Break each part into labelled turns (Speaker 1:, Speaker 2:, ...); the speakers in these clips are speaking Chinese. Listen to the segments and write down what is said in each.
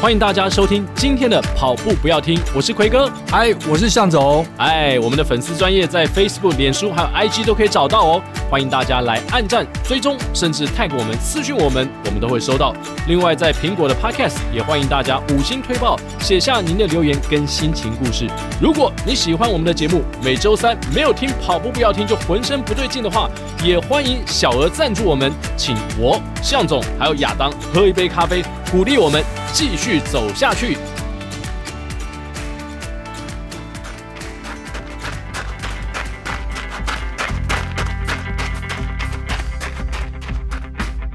Speaker 1: 欢迎大家收听今天的跑步不要听，我是奎哥。
Speaker 2: 嗨，我是向总。
Speaker 1: 哎，我们的粉丝专业在 Facebook、脸书还有 IG 都可以找到哦，欢迎大家来按赞、追踪，甚至 tag 我们、私讯我们，我们都会收到。另外，在苹果的 Podcast 也欢迎大家五星推报，写下您的留言跟心情故事。如果你喜欢我们的节目，每周三没有听跑步不要听就浑身不对劲的话，也欢迎小额赞助我们，请我向总还有亚当喝一杯咖啡，鼓励我们继续走下去。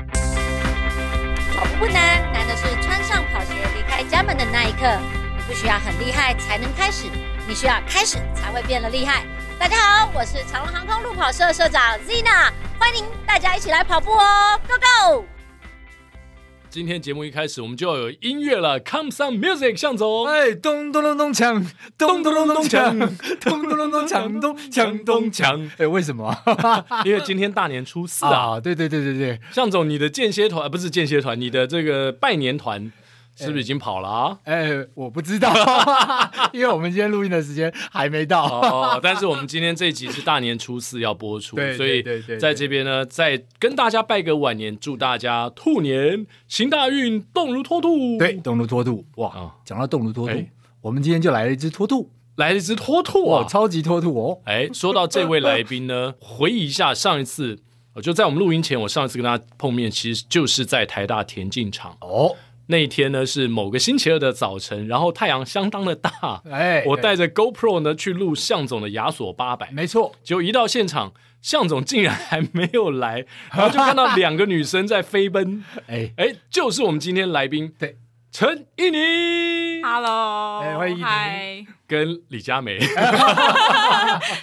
Speaker 3: 跑步不难，难的是穿上跑鞋离开家门的那一刻。你不需要很厉害才能开始，你需要开始才会变得厉害。大家好，我是长隆航空路跑社社长 Zina，欢迎大家一起来跑步哦，Go Go！
Speaker 1: 今天节目一开始，我们就有音乐了，Come some music，向总。
Speaker 2: 哎，咚咚咚咚锵，咚咚咚咚锵，咚咚咚咚锵，咚锵咚锵。
Speaker 1: 锵，
Speaker 2: 哎，为什么？
Speaker 1: 因为今天大年初四啊，，
Speaker 2: 对对对对对，
Speaker 1: 向总，你的间歇团呃不是间歇团，你的这个拜年团是不是已经跑了啊？
Speaker 2: 哎，我不知道， 因为我们今天录音的时间还没到。
Speaker 1: 哦，但是我们今天这一集是大年初四要播出，
Speaker 2: 对
Speaker 1: 所以
Speaker 2: 对对对对
Speaker 1: 在这边呢，再跟大家拜个晚年，祝大家兔年行大运，动如脱兔。
Speaker 2: 对，，动如脱兔。
Speaker 1: 啊
Speaker 2: 哇，讲到动如脱兔
Speaker 1: 哎，
Speaker 2: 我们今天就来了一只脱兔，
Speaker 1: 来了一只脱兔
Speaker 2: 哇，
Speaker 1: 啊！
Speaker 2: 超级脱兔哦。
Speaker 1: 哎，说到这位来宾呢，回忆一下上一次，呃就在我们录音前，我上一次跟他碰面，其实就是在台大田径场。
Speaker 2: 哦，
Speaker 1: 那一天呢是某个星期二的早晨，然后太阳相当的大，
Speaker 2: 哎，
Speaker 1: 我带着 GoPro 呢去录向总的亚索八百，
Speaker 2: 没错，
Speaker 1: 结果一到现场，向总竟然还没有来，然后就看到两个女生在飞奔，
Speaker 2: 哎，
Speaker 1: 哎，就是我们今天来宾
Speaker 2: 对，
Speaker 1: 陈依妮
Speaker 4: Hello，
Speaker 2: 哎欢迎
Speaker 4: 嗨，
Speaker 1: 跟李佳梅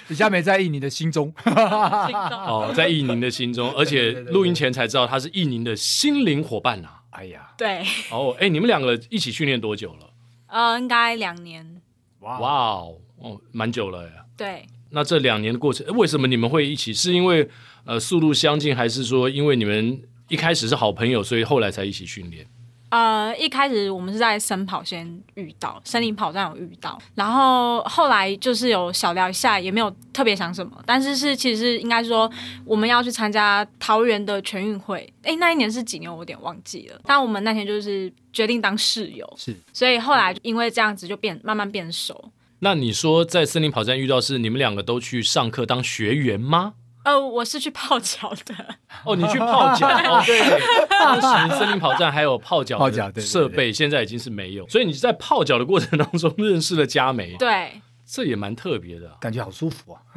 Speaker 2: 李佳梅在意你的心 中。
Speaker 1: 哦，在意宁的心 中，而且录音前才知道她是意宁的心灵伙伴呐、
Speaker 2: 哎呀，
Speaker 4: 对，
Speaker 1: 哦，哎，你们两个一起训练多久了？
Speaker 4: 呃，应该两年，
Speaker 2: 哇，
Speaker 1: 哇哦，哦，蛮久了耶。
Speaker 4: 对，
Speaker 1: 那这两年的过程，呃为什么你们会一起？是因为呃速度相近，还是说因为你们一开始是好朋友，所以后来才一起训练？
Speaker 4: 呃，一开始我们是在森跑先遇到，森林跑站有遇到，然后后来就是有小聊一下，也没有特别想什么，但是是其实应该说我们要去参加桃园的全运会，哎，那一年是几年我有点忘记了，但我们那天就是决定当室友，
Speaker 2: 是
Speaker 4: 所以后来因为这样子就变慢慢变熟。
Speaker 1: 那你说在森林跑站遇到是你们两个都去上课当学员吗？
Speaker 4: 呃，我是去泡脚的，
Speaker 1: 哦，你去泡 脚哦，对，当时森林跑站还有泡脚的
Speaker 2: 泡脚对对对
Speaker 1: 设备，现在已经是没有，所以你在泡脚的过程当中认识了佳梅，
Speaker 4: 对，
Speaker 1: 这也蛮特别的啊。
Speaker 2: 感觉好舒服啊！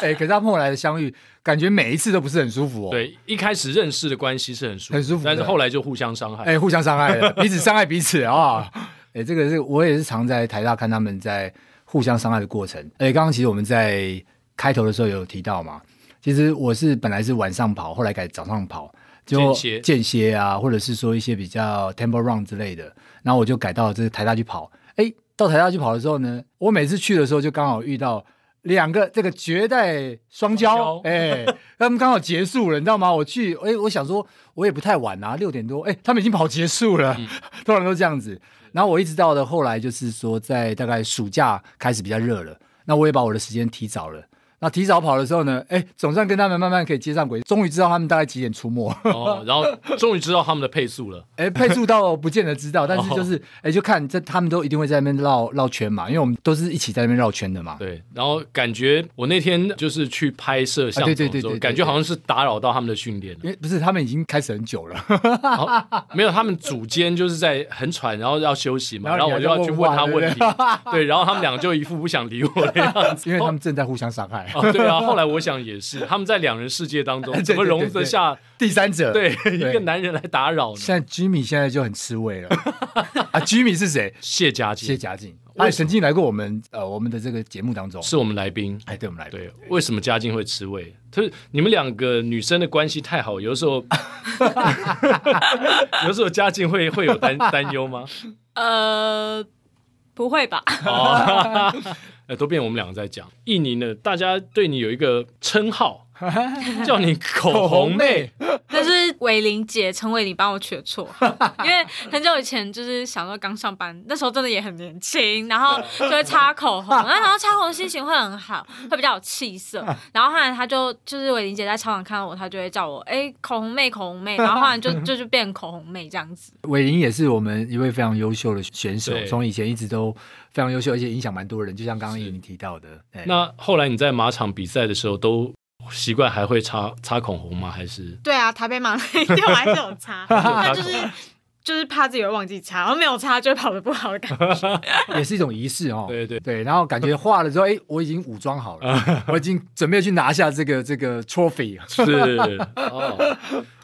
Speaker 2: 哎、可是他们后来的相遇，感觉每一次都不是很舒服哦。，
Speaker 1: 对，一开始认识的关系是很舒服，
Speaker 2: 很舒服的
Speaker 1: 但是后来就互相伤害。
Speaker 2: 哎、互相伤害 了，彼此伤害彼此啊！哎、这个是我也是常在台大看他们在互相伤害的过程。哎、刚刚其实我们在开头的时候有提到嘛，其实我是本来是晚上跑，后来改早上跑，就
Speaker 1: 间歇
Speaker 2: 间歇啊，或者是说一些比较 tempo run 之类的，然后我就改到这个台大去跑。哎、到台大去跑的时候呢，我每次去的时候就刚好遇到。两个这个绝代双骄
Speaker 1: 双，骄
Speaker 2: 哎、 他们刚好结束了，你知道吗？我去，哎、我想说，我也不太晚啊，六点多，哎、他们已经跑结束了，
Speaker 1: 嗯
Speaker 2: 通常都这样子。然后我一直到了后来，就是说在大概暑假开始比较热了，那我也把我的时间提早了。那提早跑的时候呢，哎，总算跟他们慢慢可以接上轨，终于知道他们大概几点出没。
Speaker 1: 哦，然后终于知道他们的配速了。
Speaker 2: 哎，配速到不见得知道，但是
Speaker 1: 哦
Speaker 2: 就是哎，就看这他们都一定会在那边绕绕圈嘛，因为我们都是一起在那边绕圈的嘛。
Speaker 1: 对，然后感觉我那天就是去拍摄像
Speaker 2: 啊对
Speaker 1: 头
Speaker 2: 对
Speaker 1: 的时
Speaker 2: 对对
Speaker 1: 候，
Speaker 2: 对
Speaker 1: 感觉好像是打扰到他们的训练了。
Speaker 2: 因为不是他们已经开始很久了，
Speaker 1: 没有，他们组间就是在很喘，然后要休息嘛，然
Speaker 2: 然后
Speaker 1: 后
Speaker 2: 你
Speaker 1: 我
Speaker 2: 还
Speaker 1: 就要去问他
Speaker 2: 在问
Speaker 1: 问题， 对，然后他们两个就一副不想理我的样子。
Speaker 2: 因为他们正在互相伤害。
Speaker 1: 哦，对啊，后来我想也是，他们在两人世界当中
Speaker 2: 对
Speaker 1: 怎么容得下
Speaker 2: 第三者，
Speaker 1: 对一个男人来打扰呢？
Speaker 2: 现在 Jimmy 现在就很吃味了 啊！Jimmy 是 谁？
Speaker 1: 谢家
Speaker 2: 谢
Speaker 1: 杰
Speaker 2: 佳静，哎，曾经来过我们呃我们的这个节目当中，
Speaker 1: 是我们来宾，
Speaker 2: 哎，对我们来
Speaker 1: 对，为什么家境会吃味？就是你们两个女生的关系太好，有的时 候，有的时候家境会会有担担忧 吗？
Speaker 4: 呃，不会吧？
Speaker 1: 哦， 呃，都变我们两个在讲。印尼呢，大家对你有一个称号，叫你口红妹。
Speaker 2: 妹，
Speaker 4: 但是伟玲姐，陈伟玲帮我取的绰号， 因为很久以前就是想说刚上班，那时候真的也很年轻，然后 就会擦口 红，然后然后擦口红心情会很好，会比较有气 色。然后后来她就就是伟玲姐在操场看到我，她就会叫我哎、口红妹，口红妹，然后后来就就就变口红妹这样子。
Speaker 2: 伟林也是我们一位非常优秀的选手
Speaker 1: 对，
Speaker 2: 从以前一直都非常优秀，而且影响蛮多人。就像刚刚莹莹提到的，哎
Speaker 1: 那后来你在马场比赛的时候，都习惯还会擦擦口红吗？还是
Speaker 5: 对啊，台北 马拉松一定 我还是有擦，但就是就是怕自己会忘记擦，然后没有擦就会跑得不好的感觉。
Speaker 2: 也是一种仪式哦。
Speaker 1: 对对
Speaker 2: 对，然后感觉化了之后，哎，我已经武装好了， 我已经准备去拿下这个这个 trophy。
Speaker 1: 是哦？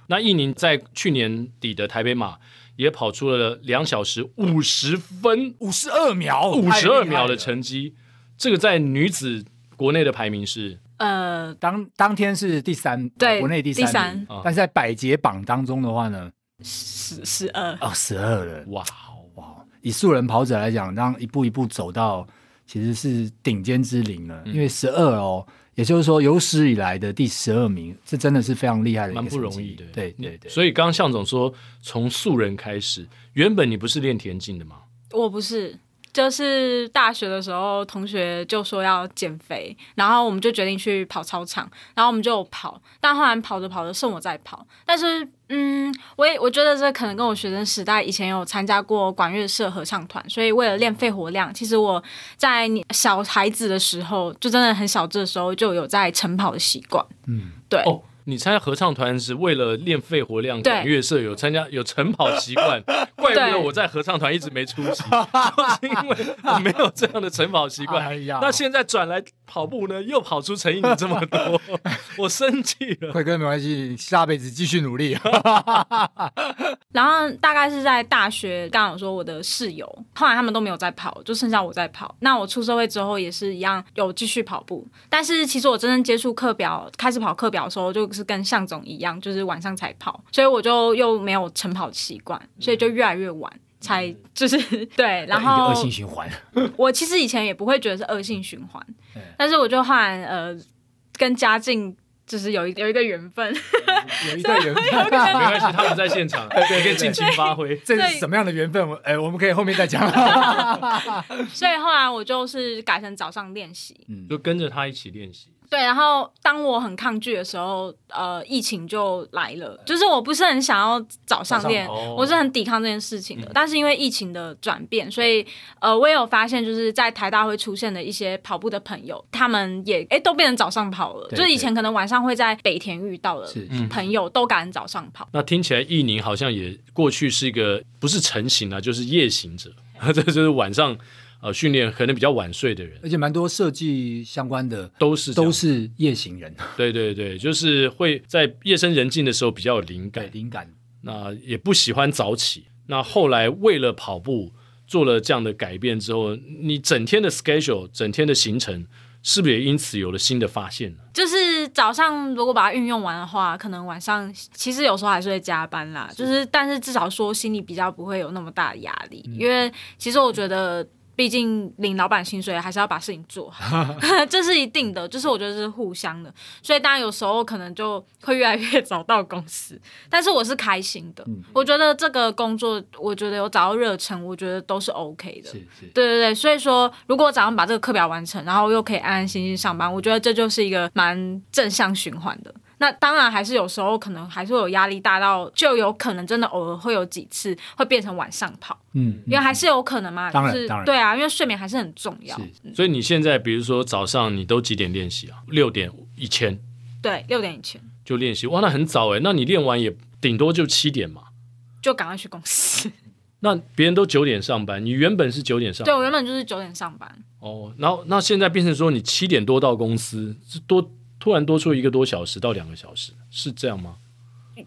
Speaker 1: 那易宁在去年底的台北马也跑出了两小时五十分
Speaker 2: 五十二秒，
Speaker 1: 五十二
Speaker 2: 太厉害
Speaker 1: 秒的
Speaker 2: 了。
Speaker 1: 成绩，这个在女子国内的排名是
Speaker 4: 呃，
Speaker 2: 当当天是第三，啊
Speaker 4: 对
Speaker 2: 国内第
Speaker 4: 第
Speaker 2: 三
Speaker 4: 三
Speaker 2: 名
Speaker 1: 哦，
Speaker 2: 但是在百节榜当中的话呢，
Speaker 4: 十十二，
Speaker 2: 哦，十二了，
Speaker 1: 哇哇，
Speaker 2: 哇！以素人跑者来讲，让一步一步走到其实是顶尖之林了，
Speaker 1: 嗯
Speaker 2: 因为十二哦，也就是说有史以来的第十二名，这真的是非常厉害的一个
Speaker 1: 蛮不
Speaker 2: 成
Speaker 1: 容
Speaker 2: 绩
Speaker 1: 易的。嗯
Speaker 2: 对对对，
Speaker 1: 所以刚刚向总说从素人开始，原本你不是练田径的吗？
Speaker 4: 我不是，就是大学的时候，同学就说要减肥，然后我们就决定去跑操场，然后我们就跑，但后来跑着跑着剩我在跑，但是嗯，我也我觉得这可能跟我学生时代以前有参加过管乐社合唱团，所以为了练肺活量，其实我在你小孩子的时候，就真的很小只的时候就有在晨跑的习惯，
Speaker 2: 嗯，
Speaker 4: 对。
Speaker 1: 哦，你参加合唱团是为了练肺活量，
Speaker 4: 对
Speaker 1: 管乐社有参加有晨跑习 惯，怪不得
Speaker 4: 对
Speaker 1: 我在合唱团一直没出席，就是因为我没有这样的晨跑习惯。
Speaker 2: 哎呀
Speaker 1: 那现在转来跑步呢，又跑出陈意宁这么 多，我生气了。
Speaker 2: 辉哥没关系，下辈子继 续努力。
Speaker 4: 然后大概是在大学，刚刚有说我的室友，后来他们都没有在跑，就剩下我在跑。那我出社会之后也是一样有继续跑步，但是其实我真正接触课表，开始跑课表的时候，就是跟向总一样，就是晚上才跑，所以我就又没有晨跑的习惯，所以就越来越晚。才就是 对，然
Speaker 2: 嗯一个
Speaker 4: 后
Speaker 2: 恶性循环，
Speaker 4: 我其实以前也不会觉得是恶性循环
Speaker 2: 嗯，
Speaker 4: 但是我就后来呃跟家境就是有一有一个缘分，
Speaker 2: 有一对缘 分，
Speaker 1: 没关系，他们在现 场，你可以尽情发挥。
Speaker 2: 这是什么样的缘分？我哎，我们可以后面再讲。
Speaker 4: 所以后来我就是改成早上练习，
Speaker 2: 嗯
Speaker 1: 就跟着他一起练习。
Speaker 4: 对，然后当我很抗拒的时候，呃，疫情就来了，就是我不是很想要早上练，
Speaker 1: 早上哦
Speaker 4: 我是很抵抗这件事
Speaker 2: 嗯
Speaker 4: 情的。但是因为疫情的转变，所以呃，我也有发现，就是在台大会出现的一些跑步的朋友，他们也哎都变成早上跑了，
Speaker 2: 对
Speaker 4: 就是以前可能晚上会在北田遇到的
Speaker 2: 是
Speaker 1: 嗯
Speaker 4: 朋友，都敢早上跑。
Speaker 1: 那听起来艺宁好像也过去是一个不是晨型啊，就是夜行者， 这就是晚上呃训练可能比较晚睡的人，
Speaker 2: 而且蛮多设计相关的
Speaker 1: 都是这样
Speaker 2: 都是夜行人，
Speaker 1: 对对对，就是会在夜深人静的时候比较有灵
Speaker 2: 对
Speaker 1: 感，
Speaker 2: 灵感。
Speaker 1: 那也不喜欢早起。那后来为了跑步做了这样的改变之后，你整天的 schedule、整天的行程是不是也因此有了新的发现呢？
Speaker 4: 就是早上如果把它运用完的话，可能晚上其实有时候还是会加班啦。就是，但是至少说心里比较不会有那么大的压力，因为其实我觉得，毕竟领老板薪水还是要把事情做好，这是一定的。就是我觉得是互相的，所以当然有时候可能就会越来越早到公司，但是我是开心的。我觉得这个工作，我觉得有找到热忱，我觉得都是 OK 的。
Speaker 2: 是，
Speaker 4: 对对对，所以说，如果早上把这个课表完成，然后又可以安安心心上班，我觉得这就是一个蛮正向循环的。那当然，还是有时候可能还是会有压力大到，就有可能真的偶尔会有几次会变成晚上跑，
Speaker 2: 嗯，
Speaker 4: 因为还是有可能嘛，
Speaker 2: 当
Speaker 4: 就
Speaker 2: 然
Speaker 4: 是
Speaker 2: 当然
Speaker 4: 对啊，因为睡眠还是很重要。
Speaker 2: 是
Speaker 1: 所以你现在比如说早上你都几点练习啊？六点以前
Speaker 4: 对，六点以前
Speaker 1: 就练习，哇，那很早诶。欸那你练完也顶多就七点嘛。
Speaker 4: 就赶快去公 司。
Speaker 1: 那别人都九点上班，你原本是九点上
Speaker 4: 对
Speaker 1: 班，
Speaker 4: 我原本就是九点上班，
Speaker 1: 哦，然后那现在变成说你七点多到公司，是多突然多出一个多小时到两个小时，是这样吗？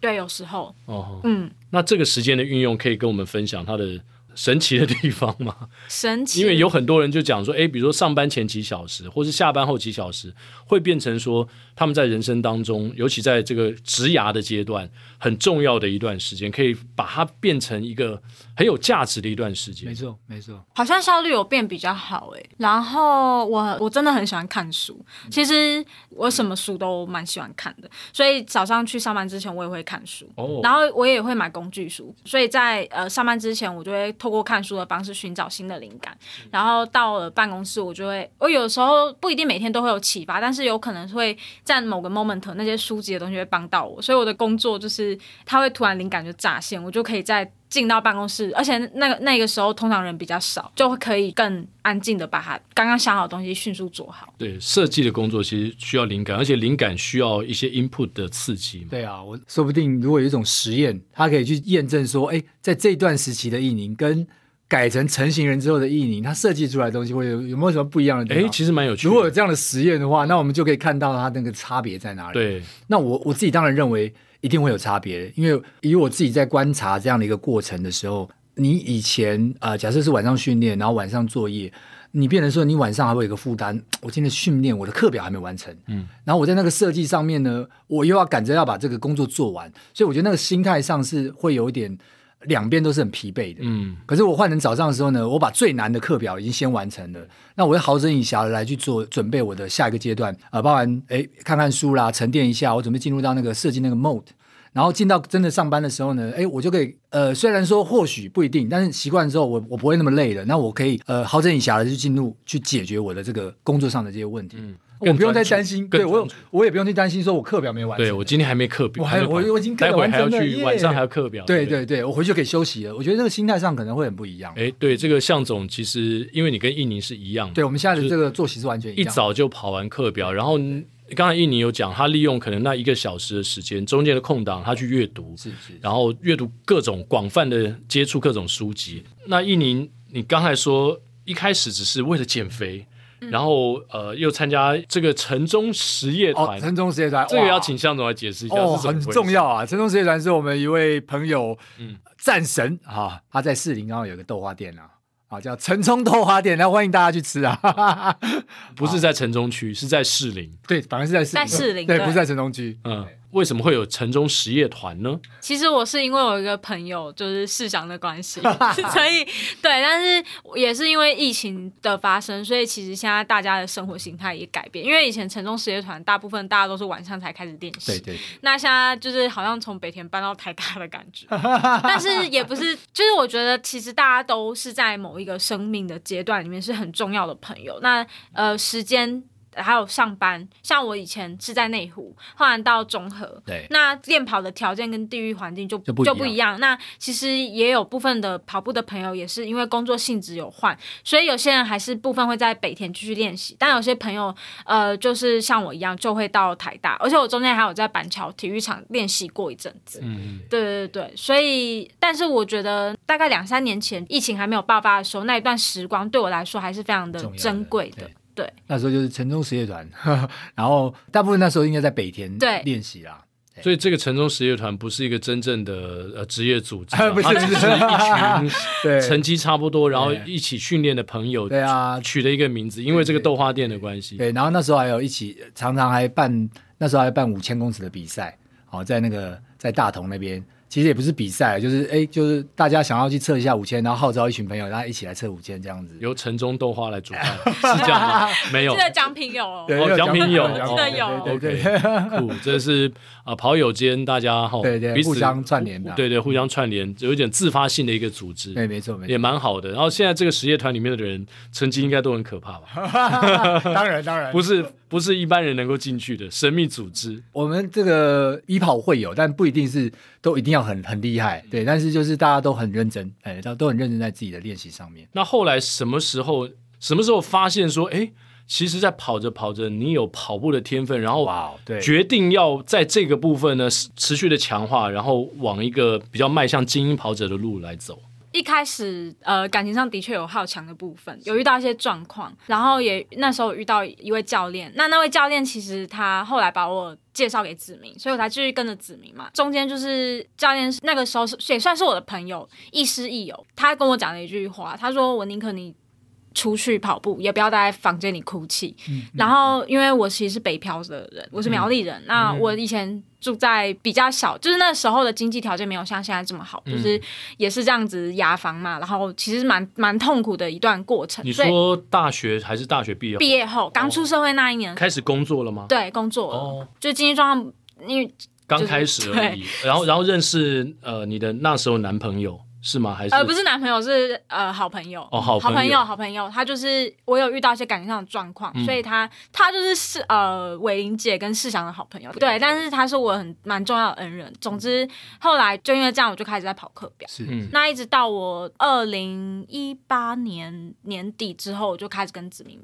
Speaker 4: 对，有时候，
Speaker 1: 哦，
Speaker 4: 嗯，
Speaker 1: 那这个时间的运用可以跟我们分享它的神奇的地方吗？
Speaker 4: 神奇，
Speaker 1: 因为有很多人就讲说，诶，比如说上班前几小时，或是下班后几小时，会变成说他们在人生当中，尤其在这个职涯的阶段，很重要的一段时间，可以把它变成一个很有价值的一段时间
Speaker 2: 没。错，没错。
Speaker 4: 好像效率有变比较好诶、然后我我真的很喜欢看书，其实我什么书都蛮喜欢看的，所以早上去上班之前我也会看书，
Speaker 1: 哦
Speaker 4: 然后我也会买工具书，所以在呃上班之前我就会透过看书的方式寻找新的灵感，然后到了办公室我就会，我有时候不一定每天都会有启发，但是有可能会在某个 moment 那些书籍的东西会帮到我，所以我的工作就是它会突然灵感就乍现，我就可以在进到办公室，而且那个那个时候通常人比较少，就会可以更安静的把它刚刚想好的东西迅速做好。
Speaker 1: 对，设计的工作其实需要灵感，而且灵感需要一些 input 的刺激嘛。
Speaker 2: 对啊，我说不定如果有一种实验，它可以去验证说，哎，在这段时期的意宁跟改成成型人之后的意宁，它设计出来的东西会有有没有什么不一样的地
Speaker 1: 诶，
Speaker 2: 方？
Speaker 1: 其实蛮有趣的。
Speaker 2: 如果有这样的实验的话，那我们就可以看到它那个差别在哪里。，
Speaker 1: 对，
Speaker 2: 那我我自己当然认为一定会有差别，因为以我自己在观察这样的一个过程的时候，你以前呃，假设是晚上训练，然后晚上作业，你变成说你晚上还会有一个负担，我今天训练我的课表还没完成，嗯，然后我在那个设计上面呢，我又要赶着要把这个工作做完，所以我觉得那个心态上是会有一点两边都是很疲惫的，
Speaker 1: 嗯，
Speaker 2: 可是我换成早上的时候呢，我把最难的课表已经先完成了，那我要好整以暇的来去做准备我的下一个阶段，呃，包含诶看看书啦，沉淀一下，我准备进入到那个设计那个 mode。然后进到真的上班的时候呢，诶，我就可以，呃，虽然说或许不一定，但是习惯之后我我不会那么累了，那我可以呃好整以暇的去进入去解决我的这个工作上的这些问题，哦
Speaker 1: 嗯
Speaker 2: 我
Speaker 1: 更
Speaker 2: 不用再
Speaker 1: 专注
Speaker 2: 担心，
Speaker 1: 更
Speaker 2: 对我有
Speaker 1: 专注
Speaker 2: 我也不用去担心说我课表没完成，
Speaker 1: 对我今天还没课表，
Speaker 2: 我还
Speaker 1: 没
Speaker 2: 我
Speaker 1: 完
Speaker 2: 我已经课
Speaker 1: 待
Speaker 2: 表
Speaker 1: 会还要
Speaker 2: 完成了
Speaker 1: 去
Speaker 2: 耶
Speaker 1: 晚上还要课表，
Speaker 2: 对
Speaker 1: 不
Speaker 2: 对对，我回去就可以休息了，我觉得这个心态上可能会很不一样。
Speaker 1: 哎，对这个向总，其实因为你跟印尼是一样的，
Speaker 2: 对，我们现在
Speaker 1: 就
Speaker 2: 的
Speaker 1: 是
Speaker 2: 这个作息是完全一
Speaker 1: 一
Speaker 2: 样的。
Speaker 1: 早就跑完课表，然后刚才印尼有讲，他利用可能那一个小时的时间，中间的空档，他去阅读，
Speaker 2: 是是，
Speaker 1: 然后阅读各种广泛的接触各种书籍。那印尼，你刚才说一开始只是为了减肥，
Speaker 2: 嗯
Speaker 1: 然后呃又参加这个城中实业
Speaker 2: 哦，
Speaker 1: 团，
Speaker 2: 城中实业团，
Speaker 1: 这个
Speaker 2: 哇
Speaker 1: 要请向总来解释一下，
Speaker 2: 哦，
Speaker 1: 是怎么
Speaker 2: 很
Speaker 1: 回事
Speaker 2: 重要啊！城中实业团是我们一位朋友，嗯，战神啊，他在士林刚好有个豆花店啊。啊，叫城中豆花店，那欢迎大家去吃啊！ 哈哈哈
Speaker 1: 不是在城中区，是在士林。
Speaker 2: 对，反而是在士
Speaker 4: 在士林
Speaker 2: 对，
Speaker 4: 对
Speaker 2: 不是在城中区。
Speaker 1: 嗯，为什么会有城中实业团呢？
Speaker 4: 其实我是因为我有一个朋友就是市长的关系，所以对，但是也是因为疫情的发生，所以其实现在大家的生活形态也改变。因为以前城中实业团大部分大家都是晚上才开始练习，
Speaker 2: 对对，
Speaker 4: 那现在就是好像从北田搬到台大的感觉， 但是也不是，就是我觉得其实大家都是在某一个生命的阶段里面是很重要的朋友。那呃，时间还有上班，像我以前是在内湖，后来到中和，
Speaker 2: 对
Speaker 4: 那练跑的条件跟地域环境就
Speaker 2: 就不一样
Speaker 4: 一样。那其实也有部分的跑步的朋友也是因为工作性质有换，所以有些人还是部分会在北田继续练习，但有些朋友呃，就是像我一样就会到台大，而且我中间还有在板桥体育场练习过一阵子。
Speaker 1: 嗯，
Speaker 4: 对对对，所以，但是我觉得大概两三年前疫情还没有爆发的时候，那一段时光对我来说还是非常的
Speaker 2: 重要的
Speaker 4: 珍贵的。
Speaker 2: 对
Speaker 4: 对
Speaker 2: 那时候就是城中实业团， 然后大部分那时候应该在北田
Speaker 4: 对
Speaker 2: 练习啊啦。
Speaker 1: 所以这个城中实业团不是一个真正的呃职业组织啊、
Speaker 2: 不是
Speaker 1: 它只是一群
Speaker 2: 对，
Speaker 1: 成绩差不多，然后
Speaker 2: 对
Speaker 1: 一起训练的朋友，
Speaker 2: 对啊
Speaker 1: 取的一个名字，因为这个豆花店的关系。
Speaker 2: 对，然后那时候还有一起，常常还办，那时候还办五千公尺的比赛，好、在那个在大同那边，其实也不是比赛，就是哎，就是大家想要去测一下五千，然后号召一群朋友，然后一起来测五千这样子。
Speaker 1: 由城中豆花来主办， 是这样吗？没有
Speaker 4: 这，个奖品有哦，
Speaker 2: 对
Speaker 1: 哦
Speaker 2: 有
Speaker 1: 奖品有
Speaker 2: 奖
Speaker 4: 记得有
Speaker 2: 对对
Speaker 1: OK，
Speaker 2: 对
Speaker 1: 酷，这是啊、跑友间大家哈，
Speaker 2: 对对
Speaker 1: 彼此
Speaker 2: 互相串联的
Speaker 1: 对对，互相串联，有一点自发性的一个组织，
Speaker 2: 对，没错没
Speaker 1: 也
Speaker 2: 错，
Speaker 1: 蛮好的。然后现在这个实业团里面的人，成绩应该都很可怕 吧？
Speaker 2: 当然当然，
Speaker 1: 不是不是一般人能够进去的神秘组织。
Speaker 2: 我们这个医跑会有，但不一定是都一定要很很厉害，对，但是就是大家都很认真，哎，都都很认真在自己的练习上面。
Speaker 1: 那后来什么时候什么时候发现说，哎，其实，在跑着跑着，你有跑步的天分，然后
Speaker 2: 哇哦，对，
Speaker 1: 决定要在这个部分呢持持续的强化，然后往一个比较迈向精英跑者的路来走。
Speaker 4: 一开始呃感情上的确有好强的部分，有遇到一些状况，然后也那时候遇到一位教练，那那位教练其实他后来把我。介绍给子明，所以我才继续跟着子明嘛。中间就是教练是那个时候是也算是我的朋友，亦师亦友。他跟我讲了一句话，他说：“我宁可你出去跑步，也不要待在房间里哭泣。然后，因为我其实是北漂的人，我是苗栗人，那我以前住在比较小，就是那时候的经济条件没有像现在这么好，就是也是这样子牙房嘛。然后其实蛮蛮痛苦的一段过程。
Speaker 1: 你
Speaker 4: 所以
Speaker 1: 说大学还是大学毕业
Speaker 4: 毕业后刚出社会那一年，
Speaker 1: 哦开始工作了吗？
Speaker 4: 对工作了，
Speaker 1: 哦，
Speaker 4: 就经济状况。”因为
Speaker 1: 刚开始而已。然后然后认识呃你的那时候男朋友是吗？还是
Speaker 4: 呃，不是男朋友，是呃好朋友。
Speaker 1: 哦好
Speaker 4: 好
Speaker 1: 朋
Speaker 4: 朋
Speaker 1: 友
Speaker 4: 友，好朋友，他就是我有遇到一些感情上的状况，
Speaker 1: 嗯
Speaker 4: 所以他他就是是呃伟玲姐跟世祥的好朋友，对，但是他是我很蛮重要的恩人。总之后来就因为这样，我就开始在跑课表。
Speaker 2: 是，
Speaker 1: 嗯
Speaker 4: 那一直到我二零一八年年底之后，我就开始跟子明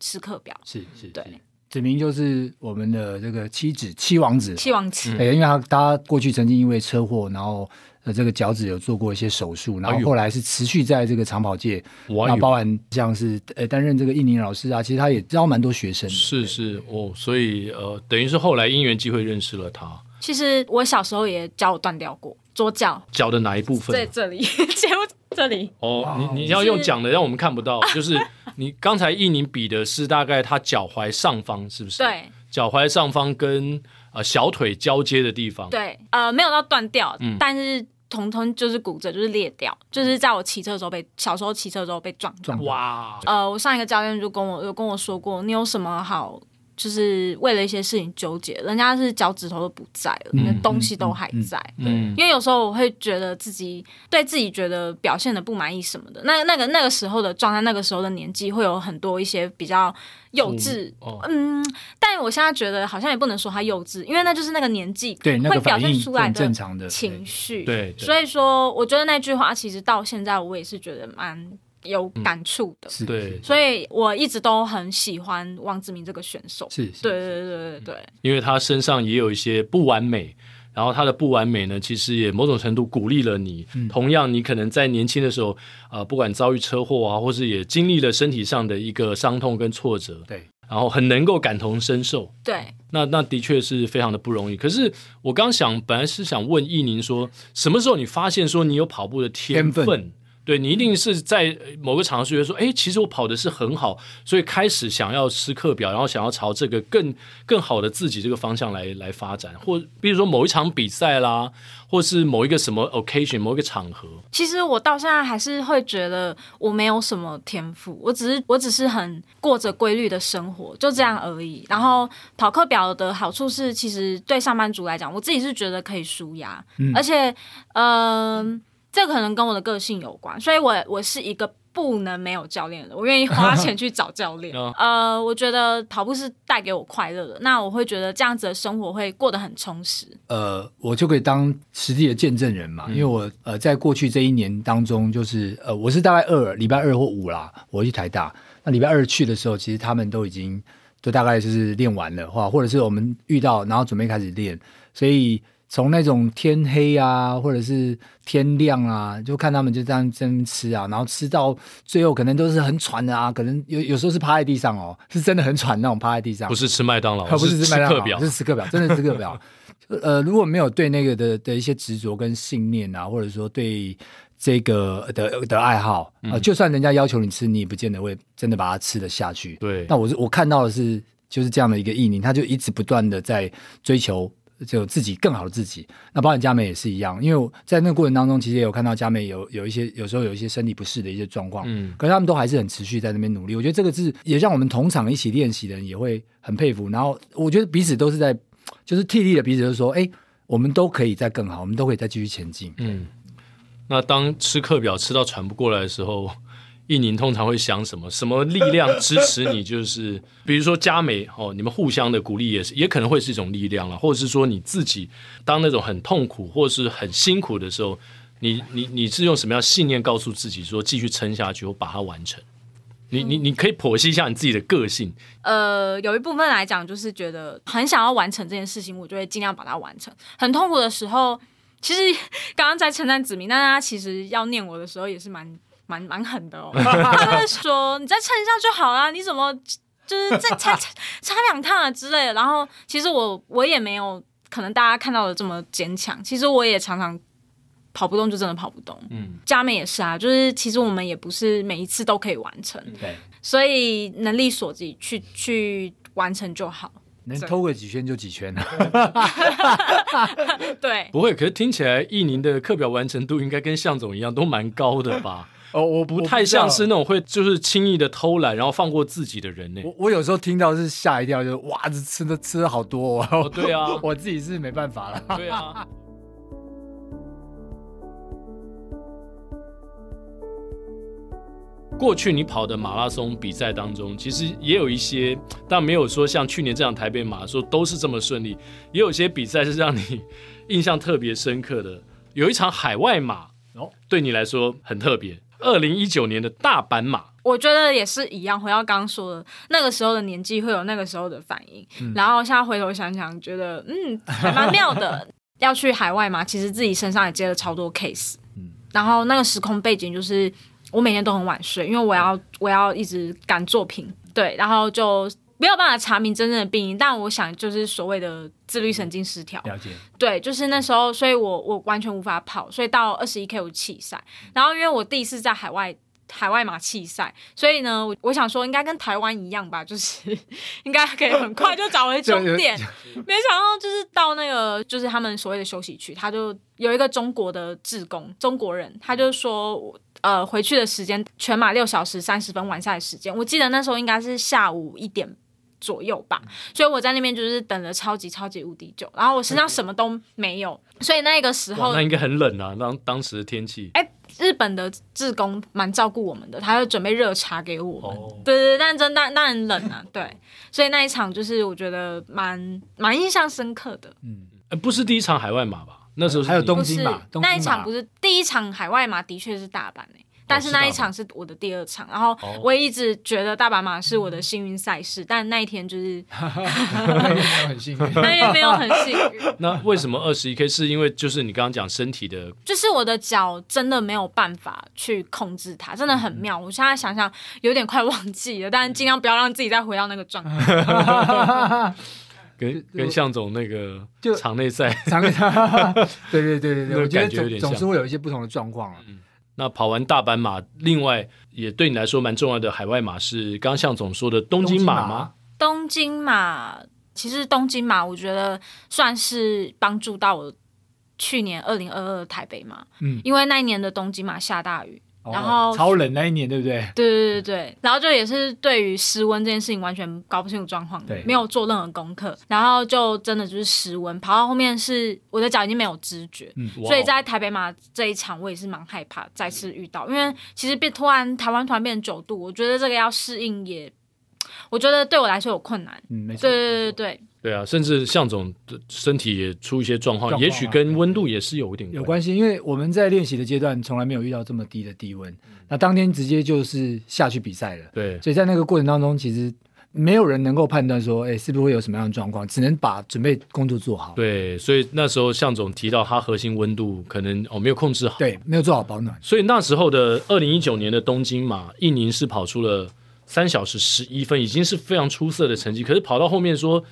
Speaker 4: 吃课表，
Speaker 2: 是是，
Speaker 4: 对，
Speaker 2: 子明就是我们的这个妻子七王子，
Speaker 4: 期望吃。
Speaker 2: 哎、因为他他过去曾经因为车祸，然后呃这个脚趾有做过一些手术，然
Speaker 1: 哎
Speaker 2: 后
Speaker 1: 呦
Speaker 2: 后来是持续在这个长跑界，
Speaker 1: 我
Speaker 2: 那
Speaker 1: 有
Speaker 2: 包含像是呃担任这个印尼老师啊，其实他也招蛮多学生的，
Speaker 1: 是是哦，所以呃等于是后来因缘机会认识了他，
Speaker 4: 其实我小时候也脚有断掉过，左脚
Speaker 1: 脚的哪一部
Speaker 5: 在
Speaker 1: 分？
Speaker 5: 这 里，节目这里，
Speaker 1: 哦，你你要用讲的，让我们看不到， 就是你刚才印尼比的是大概他脚踝上方是不是？，
Speaker 4: 对。
Speaker 1: 脚踝上方跟呃小腿交接的地方。
Speaker 4: 对，呃，没有到断掉，
Speaker 1: 嗯
Speaker 4: 但是统统就是骨折，就是裂掉，就是在我骑车的时候被小时候骑车的时候被撞到。
Speaker 2: 撞到
Speaker 1: 哇，
Speaker 4: 呃，我上一个教练就跟我有跟我说过，你有什么好就是为了一些事情纠结，人家是脚趾头都不在了，你的东
Speaker 2: 嗯
Speaker 4: 西都还在。
Speaker 1: 嗯，
Speaker 4: 因为有时候我会觉得自己对自己觉得表现的不满意什么的，那那个那个时候的状态，那个时候的年纪会有很多一些比较幼稚，
Speaker 1: 哦
Speaker 4: 嗯，但我现在觉得好像也不能说他幼稚，因为那就是那个年纪
Speaker 2: 对那
Speaker 4: 会
Speaker 2: 个
Speaker 4: 表
Speaker 2: 反
Speaker 4: 现
Speaker 2: 应
Speaker 4: 出来
Speaker 2: 很
Speaker 4: 的
Speaker 2: 正常的
Speaker 4: 情绪，
Speaker 1: 对对
Speaker 4: 所以说我觉得那句话其实到现在我也是觉得蛮有感触的，
Speaker 2: 是，
Speaker 1: 对，
Speaker 4: 所以我一直都很喜欢王志明这个选手，
Speaker 2: 是，是
Speaker 4: 对对对对对对。
Speaker 1: 因为他身上也有一些不完美，然后他的不完美呢，其实也某种程度鼓励了你。
Speaker 4: 嗯
Speaker 1: 同样，你可能在年轻的时候，呃，不管遭遇车祸啊，或是也经历了身体上的一个伤痛跟挫折，
Speaker 2: 对，
Speaker 1: 然后很能够感同身受。
Speaker 4: 对
Speaker 1: 那那的确是非常的不容易。可是我刚想，本来是想问易宁说，什么时候你发现说你有跑步的天分？
Speaker 2: 天分
Speaker 1: 对你一定是在某个场合觉得说，哎，其实我跑的是很好，所以开始想要吃课表，然后想要朝这个更更好的自己这个方向来来发展，或比如说某一场比赛啦，或是某一个什么 occasion，某一个场合，
Speaker 4: 其实我到现在还是会觉得我没有什么天赋，我只是我只是很过着规律的生活，就这样而已。然后跑课表的好处是，其实对上班族来讲，我自己是觉得可以舒压，而且，嗯、这可能跟我的个性有关，所以我我是一个。不能没有教练的，我愿意花钱去找教练
Speaker 1: 哦。
Speaker 4: 呃，我觉得跑步是带给我快乐的，那我会觉得这样子的生活会过得很充实。
Speaker 2: 呃，我就可以当实际的见证人嘛，因为我呃，在过去这一年当中，就是呃，我是大概二礼拜二或五啦，我去台大。那礼拜二去的时候，其实他们都已经就大概就是练完了，或或者是我们遇到，然后准备开始练，所以从那种天黑啊，或者是天亮啊，就看他们就这样这样吃啊，然后吃到最后可能都是很喘的啊，可能有有时候是趴在地上哦，是真的很喘那种趴在地上，
Speaker 1: 不是吃麦当劳，
Speaker 2: 哦不是
Speaker 1: 是吃
Speaker 2: 麦当劳
Speaker 1: 课表
Speaker 2: 是，吃课表，真的是课 表。呃，如果没有对那个的的一些执着跟信念啊，或者说对这个的的爱好，
Speaker 1: 嗯
Speaker 2: 呃，就算人家要求你吃，你也不见得会真的把它吃得下去。
Speaker 1: 对
Speaker 2: 那我是我看到的是就是这样的一个意念，他就一直不断的在追求。就自己更好的自己，那包括佳美也是一样，因为我在那个过程当中，其实也有看到佳美有有一些有时候有一些身体不适的一些状况，
Speaker 1: 嗯
Speaker 2: 可是他们都还是很持续在那边努力。我觉得这个是也让我们同场一起练习的人也会很佩服。然后我觉得彼此都是在，就是替力的彼此，就是说，哎、我们都可以再更好，我们都可以再继续前进。
Speaker 1: 嗯，那当吃课表吃到喘不过来的时候，印宁通常会想什么？什么力量支持你？就是比如说佳美哦，你们互相的鼓励也是，也可能会是一种力量了，或者是说你自己当那种很痛苦或是很辛苦的时候，你你你是用什么样的信念告诉自己说继续撑下去，我把它完成？你你你可以剖析一下你自己的个性，
Speaker 4: 呃，有一部分来讲，就是觉得很想要完成这件事情，我就会尽量把它完成。很痛苦的时候，其实刚刚在称赞子明，但他其实要念我的时候也是蛮 蛮蛮狠的哦。他就会说：“你再撑一下就好啦，你怎么就是再差差差两趟啊之类的。”然后其实我我也没有可能大家看到的这么坚强，其实我也常常跑不动就真的跑不动。
Speaker 1: 嗯，
Speaker 4: 佳美也是啊，就是其实我们也不是每一次都可以完成，
Speaker 2: 对，
Speaker 4: 所以能力所及去去完成就好。
Speaker 2: 能偷个几圈就几圈啊。
Speaker 4: 对，
Speaker 1: 不会。可是听起来艺宁的课表完成度应该跟向总一样都蛮高的吧？
Speaker 2: 哦，我
Speaker 1: 不太像是那种会就是轻易的偷懒然后放过自己的人呢、
Speaker 2: 我我有时候听到是吓一跳，就是哇，这吃的吃的好多哦。，
Speaker 1: 哦，对啊
Speaker 2: 我自己是没办法了。
Speaker 1: 对啊。过去你跑的马拉松比赛当中，其实也有一些，但没有说像去年这场台北马说都是这么顺利，也有些比赛是让你印象特别深刻的。有一场海外马
Speaker 2: 哦，
Speaker 1: 对你来说很特别。二零一九年的大阪马，
Speaker 4: 我觉得也是一样，回到刚刚说的，那个时候的年纪会有那个时候的反应，然后现在回头想想，觉得嗯还蛮妙的。要去海外嘛，其实自己身上也接了超多 case，然后那个时空背景就是我每天都很晚睡，因为我要我要一直赶作品，对，然后就没有办法查明真正的病因，但我想就是所谓的自律神经失调，
Speaker 1: 嗯
Speaker 2: 了 解，
Speaker 4: 对，就是那时候，所以我我完全无法跑，所以到二十一 K 我弃赛。然后因为我第一次在海外海外马弃赛，所以呢，我我想说应该跟台湾一样吧，就是 应该可以很快就找回终点。没想到就是到那个就是他们所谓的休息区，他就有一个中国的志工，中国人，他就说我。呃，回去的时间全马六小时三十分，完赛的时间，我记得那时候应该是下午一点左右
Speaker 1: 嗯
Speaker 4: 吧。所以我在那边就是等了超级超级无敌久，然后我身上什么都没有，所以那个时
Speaker 1: 嗯哇，
Speaker 4: 候
Speaker 1: 那应该很冷啊，当当时的天气。
Speaker 4: 日本的志工蛮照顾我们的，他会准备热茶给我们。
Speaker 1: 哦
Speaker 4: 对对，对但真当当然冷 啊，对，所以那一场就是我觉得蛮蛮印象深刻的。
Speaker 1: 呃不是第一场海外马吧？那时候是
Speaker 2: 还有
Speaker 1: 第一
Speaker 2: 东
Speaker 4: 不
Speaker 2: 京
Speaker 4: 是
Speaker 2: 嘛东京嘛
Speaker 4: 那一场不是第一场海外马，的确是大阪诶、但
Speaker 1: 哦
Speaker 4: 是
Speaker 1: 是大阪
Speaker 4: 那一场是我的第二场，然后
Speaker 1: 哦
Speaker 4: 我也一直觉得大阪马是我的幸运赛事，但那一 天就是
Speaker 2: 很幸运。
Speaker 4: 那一天没有很幸运，
Speaker 1: 那为什么二十一 K？是因为就是你刚刚讲身体的
Speaker 4: 就是我的脚真的没有办法去控制它，真的很妙。
Speaker 2: 嗯
Speaker 4: 我现在想想有点快忘记了，但是尽量不要让自己再回到那个状态。
Speaker 2: 嗯
Speaker 1: 跟跟向总那个
Speaker 2: 就
Speaker 1: 场内赛，
Speaker 2: 常跟他， 对对对对
Speaker 1: 那
Speaker 2: 对，
Speaker 1: 个
Speaker 2: 我觉得
Speaker 1: 感觉有点
Speaker 2: 总总是
Speaker 1: 像嗯
Speaker 2: 会有一些不同的状况啊了。
Speaker 1: 那跑完大阪马，另外也对你来说蛮重要的海外马是刚刚向总说的东京马吗？
Speaker 4: 东京马，其实东京马，我觉得算是帮助到我去年二零二二台北马，
Speaker 2: 嗯
Speaker 4: 因为那一年的东京马下大雨，
Speaker 2: 哦
Speaker 4: 然后
Speaker 2: 超冷那一年，对不对？
Speaker 4: 对对对
Speaker 2: 嗯
Speaker 4: 对，然后就也是对于失温这件事情完全搞不清楚状况
Speaker 2: 对，
Speaker 4: 没有做任何功课，然后就真的就是失温，跑到后面是我的脚已经没有知觉，
Speaker 1: 哇哦
Speaker 4: 所以在台北马这一场，我也是蛮害怕再次遇到，因为其实变突然台湾突然变九度，我觉得这个要适应也，我觉得对我来说有困难。
Speaker 2: 嗯，没错
Speaker 4: 对。对对对
Speaker 1: 对啊，甚至向总的身体也出一些状况，
Speaker 2: 状况啊
Speaker 1: 也许跟温度也是有一点
Speaker 2: 有关系，因为我们在练习的阶段从来没有遇到这么低的低温，
Speaker 1: 嗯
Speaker 2: 那当天直接就是下去比赛了。
Speaker 1: 对，
Speaker 2: 所以在那个过程当中，其实没有人能够判断说，哎，是不是会有什么样的状况，只能把准备工作做好。
Speaker 1: 对，所以那时候向总提到他核心温度可能哦没有控制好，
Speaker 2: 对，没有做好保暖。
Speaker 1: 所以那时候的二零一九年的东京马，印尼是跑出了三小时十一分，已经是非常出色的成绩。可是跑到后面说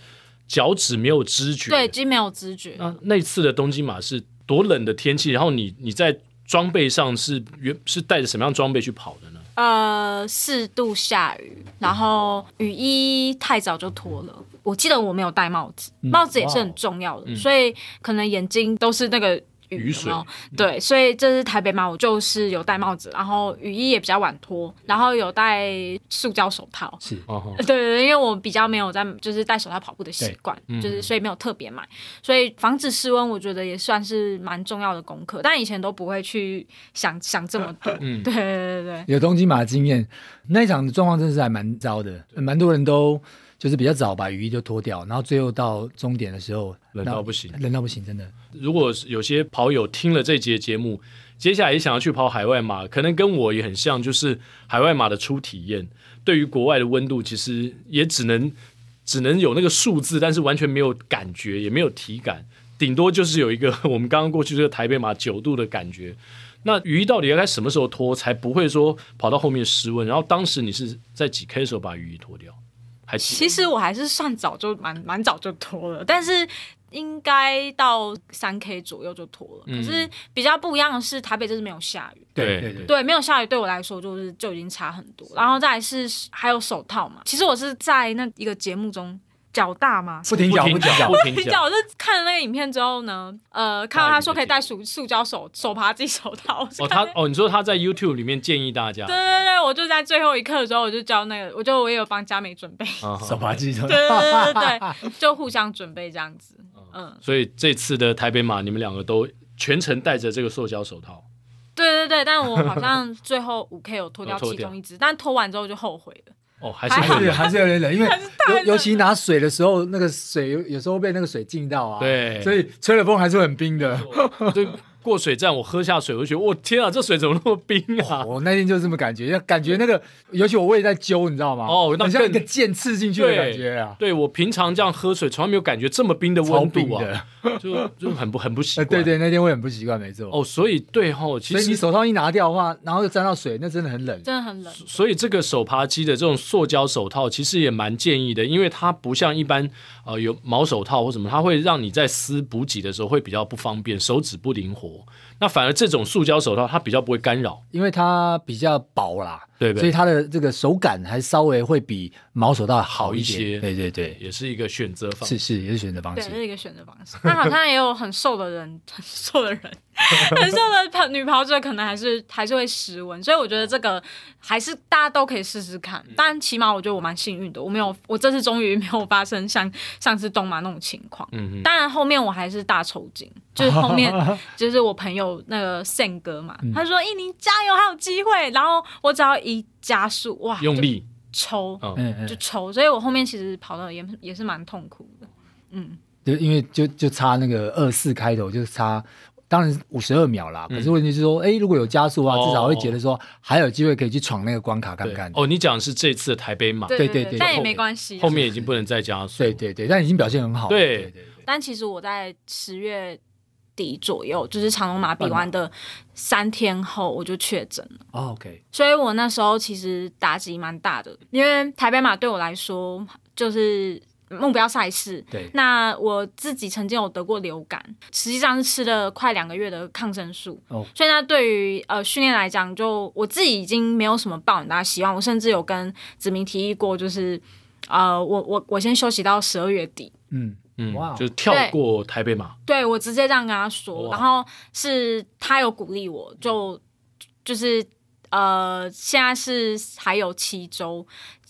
Speaker 1: 脚趾没有知觉，
Speaker 4: 对，已经没有知觉。
Speaker 1: 那那次的东京马是多冷的天气，然后你你在装备上是原是带着什么样装备去跑的呢？
Speaker 4: 呃，四度下雨，然后雨衣太早就脱了。我记得我没有戴帽子，帽子也是很重要的，所以可能眼睛都是那个雨
Speaker 1: 雨水
Speaker 4: 有没有对，所以这是台北嘛，我就是有戴帽子，然后雨衣也比较晚脱，然后有戴塑胶手套。
Speaker 1: 哦，
Speaker 4: 对对对，因为我比较没有在就是戴手套跑步的习惯，
Speaker 1: 嗯
Speaker 4: 就是所以没有特别买，所以防止失温，我觉得也算是蛮重要的功课，但以前都不会去想想这么多。
Speaker 1: 嗯
Speaker 4: 对对对对。
Speaker 2: 有东京马的经验，那一场的状况真的是还蛮糟的，蛮多人都就是比较早把雨衣就脱掉，然后最后到终点的时候
Speaker 1: 冷到不行
Speaker 2: 那冷到不行，真的。
Speaker 1: 如果有些跑友听了这节节目，接下来也想要去跑海外马，可能跟我也很像，就是海外马的初体验，对于国外的温度，其实也只能只能有那个数字，但是完全没有感觉，也没有体感。顶多就是有一个 我们刚刚过去这个台北马九度的感觉。那鱼到底要该什么时候脱，才不会说跑到后面失温？然后当时你是在几 K 的时候把雨衣脱掉？还记得
Speaker 4: 其实我还是算早就蛮蛮早就脱了，但是应该到三 K 左右就脱了。
Speaker 1: 嗯
Speaker 4: 可是比较不一样的是，台北这次没有下雨。
Speaker 1: 对
Speaker 2: 对对
Speaker 4: 对，没有下雨对我来说就是就已经差很多，然后再来是还有手套嘛。其实我是在那一个节目中脚大嘛，
Speaker 2: 不停脚
Speaker 1: 不
Speaker 2: 不停 脚
Speaker 1: 不， 停
Speaker 4: 你知
Speaker 1: 脚
Speaker 4: 道，，我是看了那个影片之后呢，呃，看到他说可以戴塑塑胶手手扒自己手套，我是
Speaker 1: 哦，他
Speaker 4: 看那
Speaker 1: 哦，你说他在 YouTube 里面建议大家
Speaker 4: 对对对，我就在最后一刻的时候，我就教那个，我就我也有帮佳美准备，
Speaker 1: 啊哈
Speaker 2: 手扒鸡头
Speaker 4: 对对对对对，就互相准备这样子，嗯，
Speaker 1: 所以这次的台北马，你们两个都全程戴着这个塑胶手套。
Speaker 4: 对对对，但我好像最后五 K 有脱掉
Speaker 1: 有脱
Speaker 4: 其
Speaker 1: 掉
Speaker 4: 中一只，但脱完之后就后悔了，
Speaker 1: 哦，还
Speaker 4: 还
Speaker 1: 是
Speaker 4: 好
Speaker 1: 会
Speaker 2: 是
Speaker 1: 有
Speaker 2: 还是有点冷，因为
Speaker 4: 太冷
Speaker 2: 尤尤其拿水的时候，那个水有有时候被那个水浸到啊，，
Speaker 1: 对，
Speaker 2: 所以吹了风还是会很 冰的。
Speaker 1: 这过水站，我喝下水，我就觉得，我天啊，这水怎么那么冰啊？
Speaker 2: 我那天就是这么感觉，感觉那个，尤其我胃在揪，你知道吗？
Speaker 1: 哦那
Speaker 2: 很像一
Speaker 1: 更
Speaker 2: 个剑刺进去的感觉啊，
Speaker 1: 对我平常这样喝水，从来没有感觉这么冰的
Speaker 2: 超
Speaker 1: 温
Speaker 2: 冰
Speaker 1: 度
Speaker 2: 的
Speaker 1: 啊，。就就很不很不习
Speaker 2: 呃
Speaker 1: 惯。
Speaker 2: 对对，那天我很不习惯，没错。
Speaker 1: 哦，所以对吼，其
Speaker 2: 所以你
Speaker 1: 实
Speaker 2: 手套一拿掉的话，然后又沾到水，那真的很冷。
Speaker 4: 真的很冷。
Speaker 1: 所以这个手扒鸡的这种塑胶手套，其实也蛮建议的，因为它不像一般呃有毛手套或什么，它会让你在撕补给的时候会比较不方便，手指不灵活。那反而这种塑胶手套，它比较不会干扰，
Speaker 2: 因为它比较薄啦，
Speaker 1: 对不对
Speaker 2: 所以它的这个手感还稍微会比毛手套
Speaker 1: 好
Speaker 2: 好一
Speaker 1: 一些
Speaker 2: 点。对对对，
Speaker 1: 也是一个选择方式
Speaker 2: 是。是也是选择方
Speaker 4: 对，这
Speaker 2: 式。
Speaker 4: 是一个选择方式。 但好像也有很瘦的人，很瘦 的人，很瘦的跑女跑者，可能还是还是会失温。所以我觉得这个还是大家都可以试试看。
Speaker 1: 嗯
Speaker 4: 但起码我觉得我蛮幸运的，我没有，我这次终于没有发生像 上次东马那种情况。
Speaker 1: 嗯
Speaker 4: 当然后面我还是大抽筋，就是后 面就是我朋友那个宪哥嘛，
Speaker 1: 嗯
Speaker 4: 他说：“印尼加油，还有机会。”然后我只要一加速，哇，
Speaker 1: 哼，用力
Speaker 4: 就抽
Speaker 1: 啊，嗯
Speaker 2: 嗯
Speaker 4: 就
Speaker 2: 嗯，
Speaker 4: 抽，所以我后面其实跑的也也是蛮痛苦的。嗯，
Speaker 2: 就因为就就差那个二四开头，就是差。当然五十二秒啦，可是问题是说，哎、如果有加速啊，
Speaker 1: 嗯哦
Speaker 2: 至少会觉得说还有机会可以去闯那个关卡看
Speaker 1: 对
Speaker 2: 看。
Speaker 1: 哦，你讲的是这次的台北马，
Speaker 4: 对
Speaker 2: 对
Speaker 4: 对
Speaker 2: 对对
Speaker 4: 但也
Speaker 1: 后
Speaker 4: 没
Speaker 1: 面
Speaker 4: 关系。
Speaker 1: 后面已经不能再加速。
Speaker 2: 对对对，但已经表现很好了。
Speaker 1: 对
Speaker 2: 对对
Speaker 4: 但其实我在十月底左右，就是长龙马比完的三天后，我就确诊了。
Speaker 2: 哦，OK，
Speaker 4: 所以我那时候其实打击蛮大的，因为台北马对我来说就是目标赛事。
Speaker 2: 对，
Speaker 4: 那我自己曾经有得过流感，实际上是吃了快两个月的抗生素，
Speaker 2: 哦
Speaker 4: 所以那对于呃训练来讲，就我自己已经没有什么抱很大希望。我甚至有跟子明提议过，就是呃我我我先休息到十二月底，
Speaker 2: 嗯，
Speaker 1: 嗯
Speaker 2: 哇，
Speaker 1: 就跳过台北马，
Speaker 4: 对我直接这样跟他说，
Speaker 1: 哇
Speaker 4: 然后是他有鼓励我，就就是呃，现在是还有七周，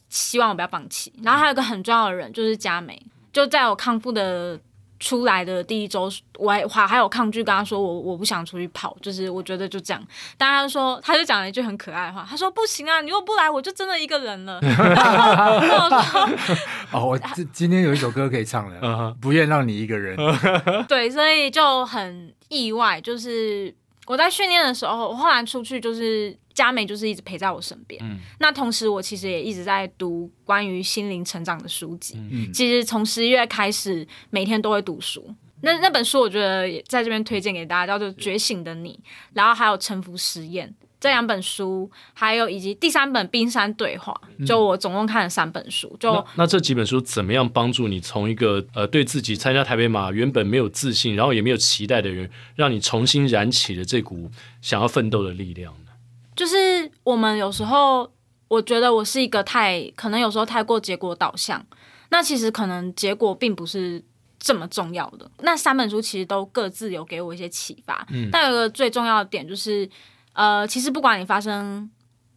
Speaker 4: 希望我不要放弃。然后还有一个很重要的人就是佳美，就在我康复的出来的第一周，我还我还有抗拒跟他说我我不想出去跑，就是我觉得就这样。但他就说他就讲了一句很可爱的话，他说不行啊，你如果不来我就真的一个人了。 然后我说
Speaker 2: 哦，我这今天有一首歌可以唱了，
Speaker 1: 嗯哼，
Speaker 2: 不愿让你一个人。
Speaker 4: 对，所以就很意外，就是我在训练的时候，我后来出去就是佳美就是一直陪在我身边。
Speaker 1: 嗯
Speaker 4: 那同时，我其实也一直在读关于心灵成长的书籍。
Speaker 2: 嗯
Speaker 4: 其实从十一月开始，每天都会读书。那那本书我觉得也在这边推荐给大家，叫做《觉醒的你》，然后还有《沉浮实验》这两本书，还有以及第三本《冰山对话》，就我总共看了三本书，
Speaker 1: 嗯
Speaker 4: 就
Speaker 1: 那那这几本书怎么样帮助你从一个呃对自己参加台北马原本没有自信，然后也没有期待的人，让你重新燃起了这股想要奋斗的力量呢？
Speaker 4: 就是我们有时候，我觉得我是一个太可能有时候太过结果导向，那其实可能结果并不是这么重要的。那三本书其实都各自有给我一些启发，但有一个最重要的点就是，呃，其实不管你发生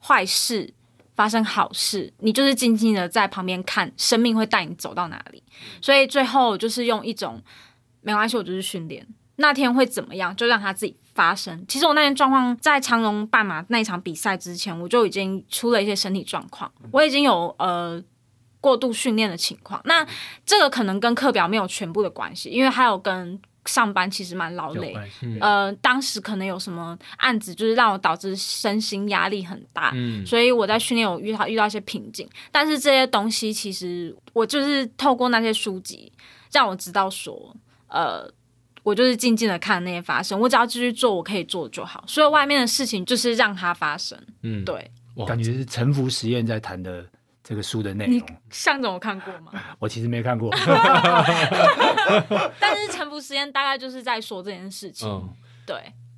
Speaker 4: 坏事。发生好事，你就是静静的在旁边看，生命会带你走到哪里。所以最后就是用一种没关系，我就是训练，那天会怎么样，就让它自己发生。其实我那天状况在长隆半马那一场比赛之前，我就已经出了一些身体状况，我已经有呃过度训练的情况。那这个可能跟课表没有全部的关系，因为还有跟上班其实蛮劳累。
Speaker 1: 嗯
Speaker 4: 呃，当时可能有什么案子，就是让我导致身心压力很大，
Speaker 1: 嗯，
Speaker 4: 所以我在训练有遇到遇到一些瓶颈，但是这些东西其实我就是透过那些书籍，让我知道说，呃，我就是静静的看那些发生，我只要继续做我可以做就好。所以外面的事情就是让它发生。
Speaker 1: 嗯，
Speaker 4: 对，
Speaker 1: 哇
Speaker 2: 感觉是沉浮实验在谈的这个书的内容。
Speaker 4: 向总有看过吗？
Speaker 2: 我其实没看过，
Speaker 4: 但是沉浮实验大概就是在说这件事情。
Speaker 1: 嗯。
Speaker 4: 对，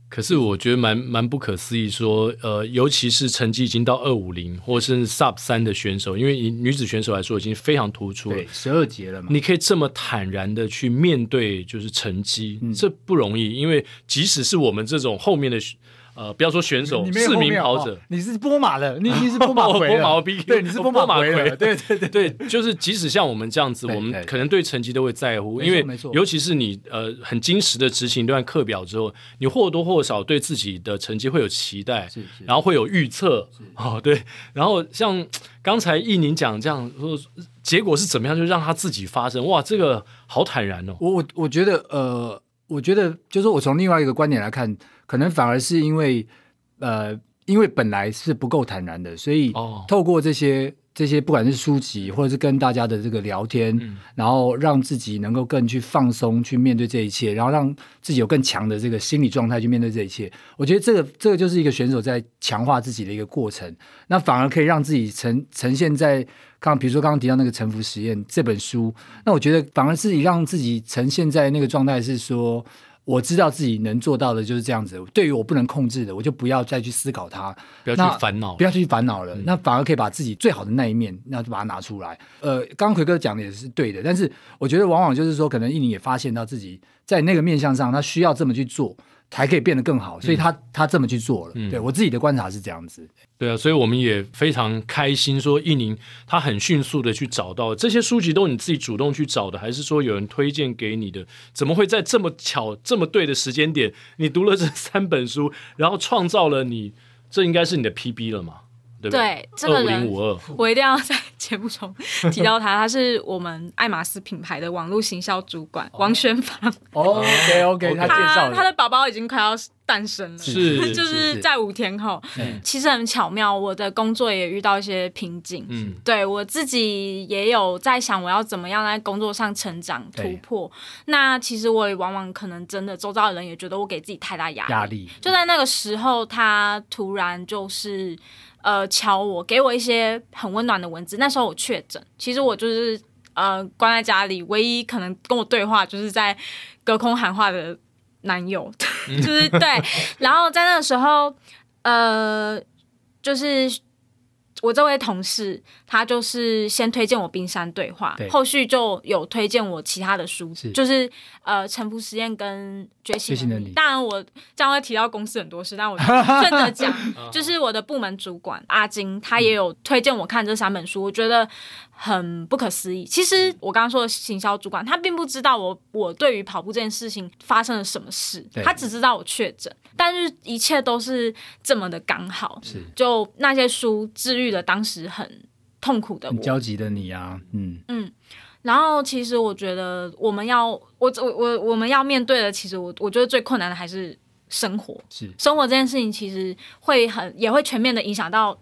Speaker 1: 可是我觉得蛮蛮不可思议说，呃，尤其是成绩已经到二五零或甚至 sub 三的选手，因为以女子选手来说已经非常突出了
Speaker 2: 对，，十二节了嘛。
Speaker 1: 你可以这么坦然的去面对就是成绩，
Speaker 2: 嗯
Speaker 1: 这不容易，因为即使是我们这种后面的选呃，不要说选手，
Speaker 2: 你没有
Speaker 1: 市
Speaker 2: 后
Speaker 1: 民
Speaker 2: 面啊哦
Speaker 1: 跑
Speaker 2: 好不好
Speaker 1: 者，
Speaker 2: 你是波马的，你你是波 马
Speaker 1: 我
Speaker 2: 回
Speaker 1: 波
Speaker 2: 的，
Speaker 1: 马我比
Speaker 2: 对，你是
Speaker 1: 我
Speaker 2: 波
Speaker 1: 波马
Speaker 2: 马回
Speaker 1: 回
Speaker 2: 的，对对对，
Speaker 1: 对，就是即使像我们这样子，
Speaker 2: 对
Speaker 1: 我们
Speaker 2: 对
Speaker 1: 可能对成绩都会在乎，
Speaker 2: 没
Speaker 1: 因
Speaker 2: 错
Speaker 1: 为
Speaker 2: 没错
Speaker 1: 尤其是你呃很精实的执行一段课表之后，你或多或少对自己的成绩会有期待，
Speaker 2: 是是
Speaker 1: 然后会有预测，哦对，然后像刚才易宁讲这样说，结果是怎么样，就让他自己发生，哇，这个好坦然哦，
Speaker 2: 我我我觉得呃，我觉得就是我从另外一个观点来看，可能反而是因为呃，因为本来是不够坦然的，所以
Speaker 1: 哦
Speaker 2: 透过这些这些不管是书籍或者是跟大家的这个聊天，然后让自己能够更去放松去面对这一切，然后让自己有更强的这个心理状态去面对这一切。我觉得这个这个就是一个选手在强化自己的一个过程，那反而可以让自己呈呈现在刚比如说刚刚提到那个《沉浮实验》这本书，那我觉得反而是让自己呈现在那个状态是说。我知道自己能做到的就是这样子，对于我不能控制的，我就不要再去思考它，
Speaker 1: 不要去
Speaker 2: 那
Speaker 1: 烦恼
Speaker 2: 不，要去烦恼
Speaker 1: 嗯
Speaker 2: 了，那反而可以把自己最好的那一面，那就把它拿出来。呃，刚刚奎哥讲的也是对的，但是我觉得往往就是说，可能一宁也发现到自己在那个面向上，他需要这么去做，才可以变得更好，所以他、他这么去做了。
Speaker 1: 嗯
Speaker 2: 对我自己的观察是这样子，
Speaker 1: 对啊，所以我们也非常开心，说印宁他很迅速的去找到这些书籍，都你自己主动去找的，还是说有人推荐给你的？怎么会在这么巧、这么对的时间点，你读了这三本书，然后创造了你，这应该是你的 PB 了嘛？对哦不
Speaker 4: 对这
Speaker 1: 二
Speaker 4: 个
Speaker 1: 五
Speaker 4: 人
Speaker 1: 零五二，
Speaker 4: 我一定要在节目中提到他，他是我们爱马仕品牌的网络行销主管王轩芳，
Speaker 2: 哦，OK OK，他介绍
Speaker 4: 他他
Speaker 2: 了，
Speaker 4: 的宝宝已经快要诞生了。
Speaker 1: 是
Speaker 4: 就是
Speaker 2: 是
Speaker 4: 是在五天后，
Speaker 2: 嗯
Speaker 4: 其实很巧妙，我的工作也遇到一些瓶颈。
Speaker 1: 嗯，
Speaker 4: 对我自己也有在想，我要怎么样在工作上成长
Speaker 2: 对
Speaker 4: 突破。那其实我也往往可能真的周遭的人也觉得我给自己太大压力。
Speaker 2: 压力
Speaker 4: 就在那个时候，他突然就是呃敲我，给我一些很温暖的文字。那时候我确诊，其实我就是呃关在家里，唯一可能跟我对话就是在隔空喊话的男友， 就是对。然后在那个时候，呃，就是我这位同事，他就是先推荐我《冰山对话
Speaker 2: 对》，
Speaker 4: 后续就有推荐我其他的书，
Speaker 2: 是
Speaker 4: 就是呃《沉浮实验》跟《觉醒
Speaker 2: 觉醒
Speaker 4: 的
Speaker 2: 的
Speaker 4: 你
Speaker 2: 你》。
Speaker 4: 当然，我这样会提到公司很多事，但我 顺着讲，
Speaker 2: 嗯
Speaker 4: 就是我的部门主管阿金，他也有推荐我看这三本书，我觉得很不可思议。其
Speaker 2: 嗯
Speaker 4: 实我刚刚说的行销主管，他并不知道我我对于跑步这件事情发生了什么事
Speaker 2: 对，
Speaker 4: 他只知道我确诊，但是一切都是这么的刚好。
Speaker 2: 是
Speaker 4: 就那些书治愈了当时很痛苦的
Speaker 2: 很
Speaker 4: 我。
Speaker 2: 焦急的你啊，嗯，
Speaker 4: 然后其实我觉得我们要我我我我们要面对的，其实我我觉得最困难的还是生活。
Speaker 2: 是
Speaker 4: 生活这件事情其实会很也会全面的影响到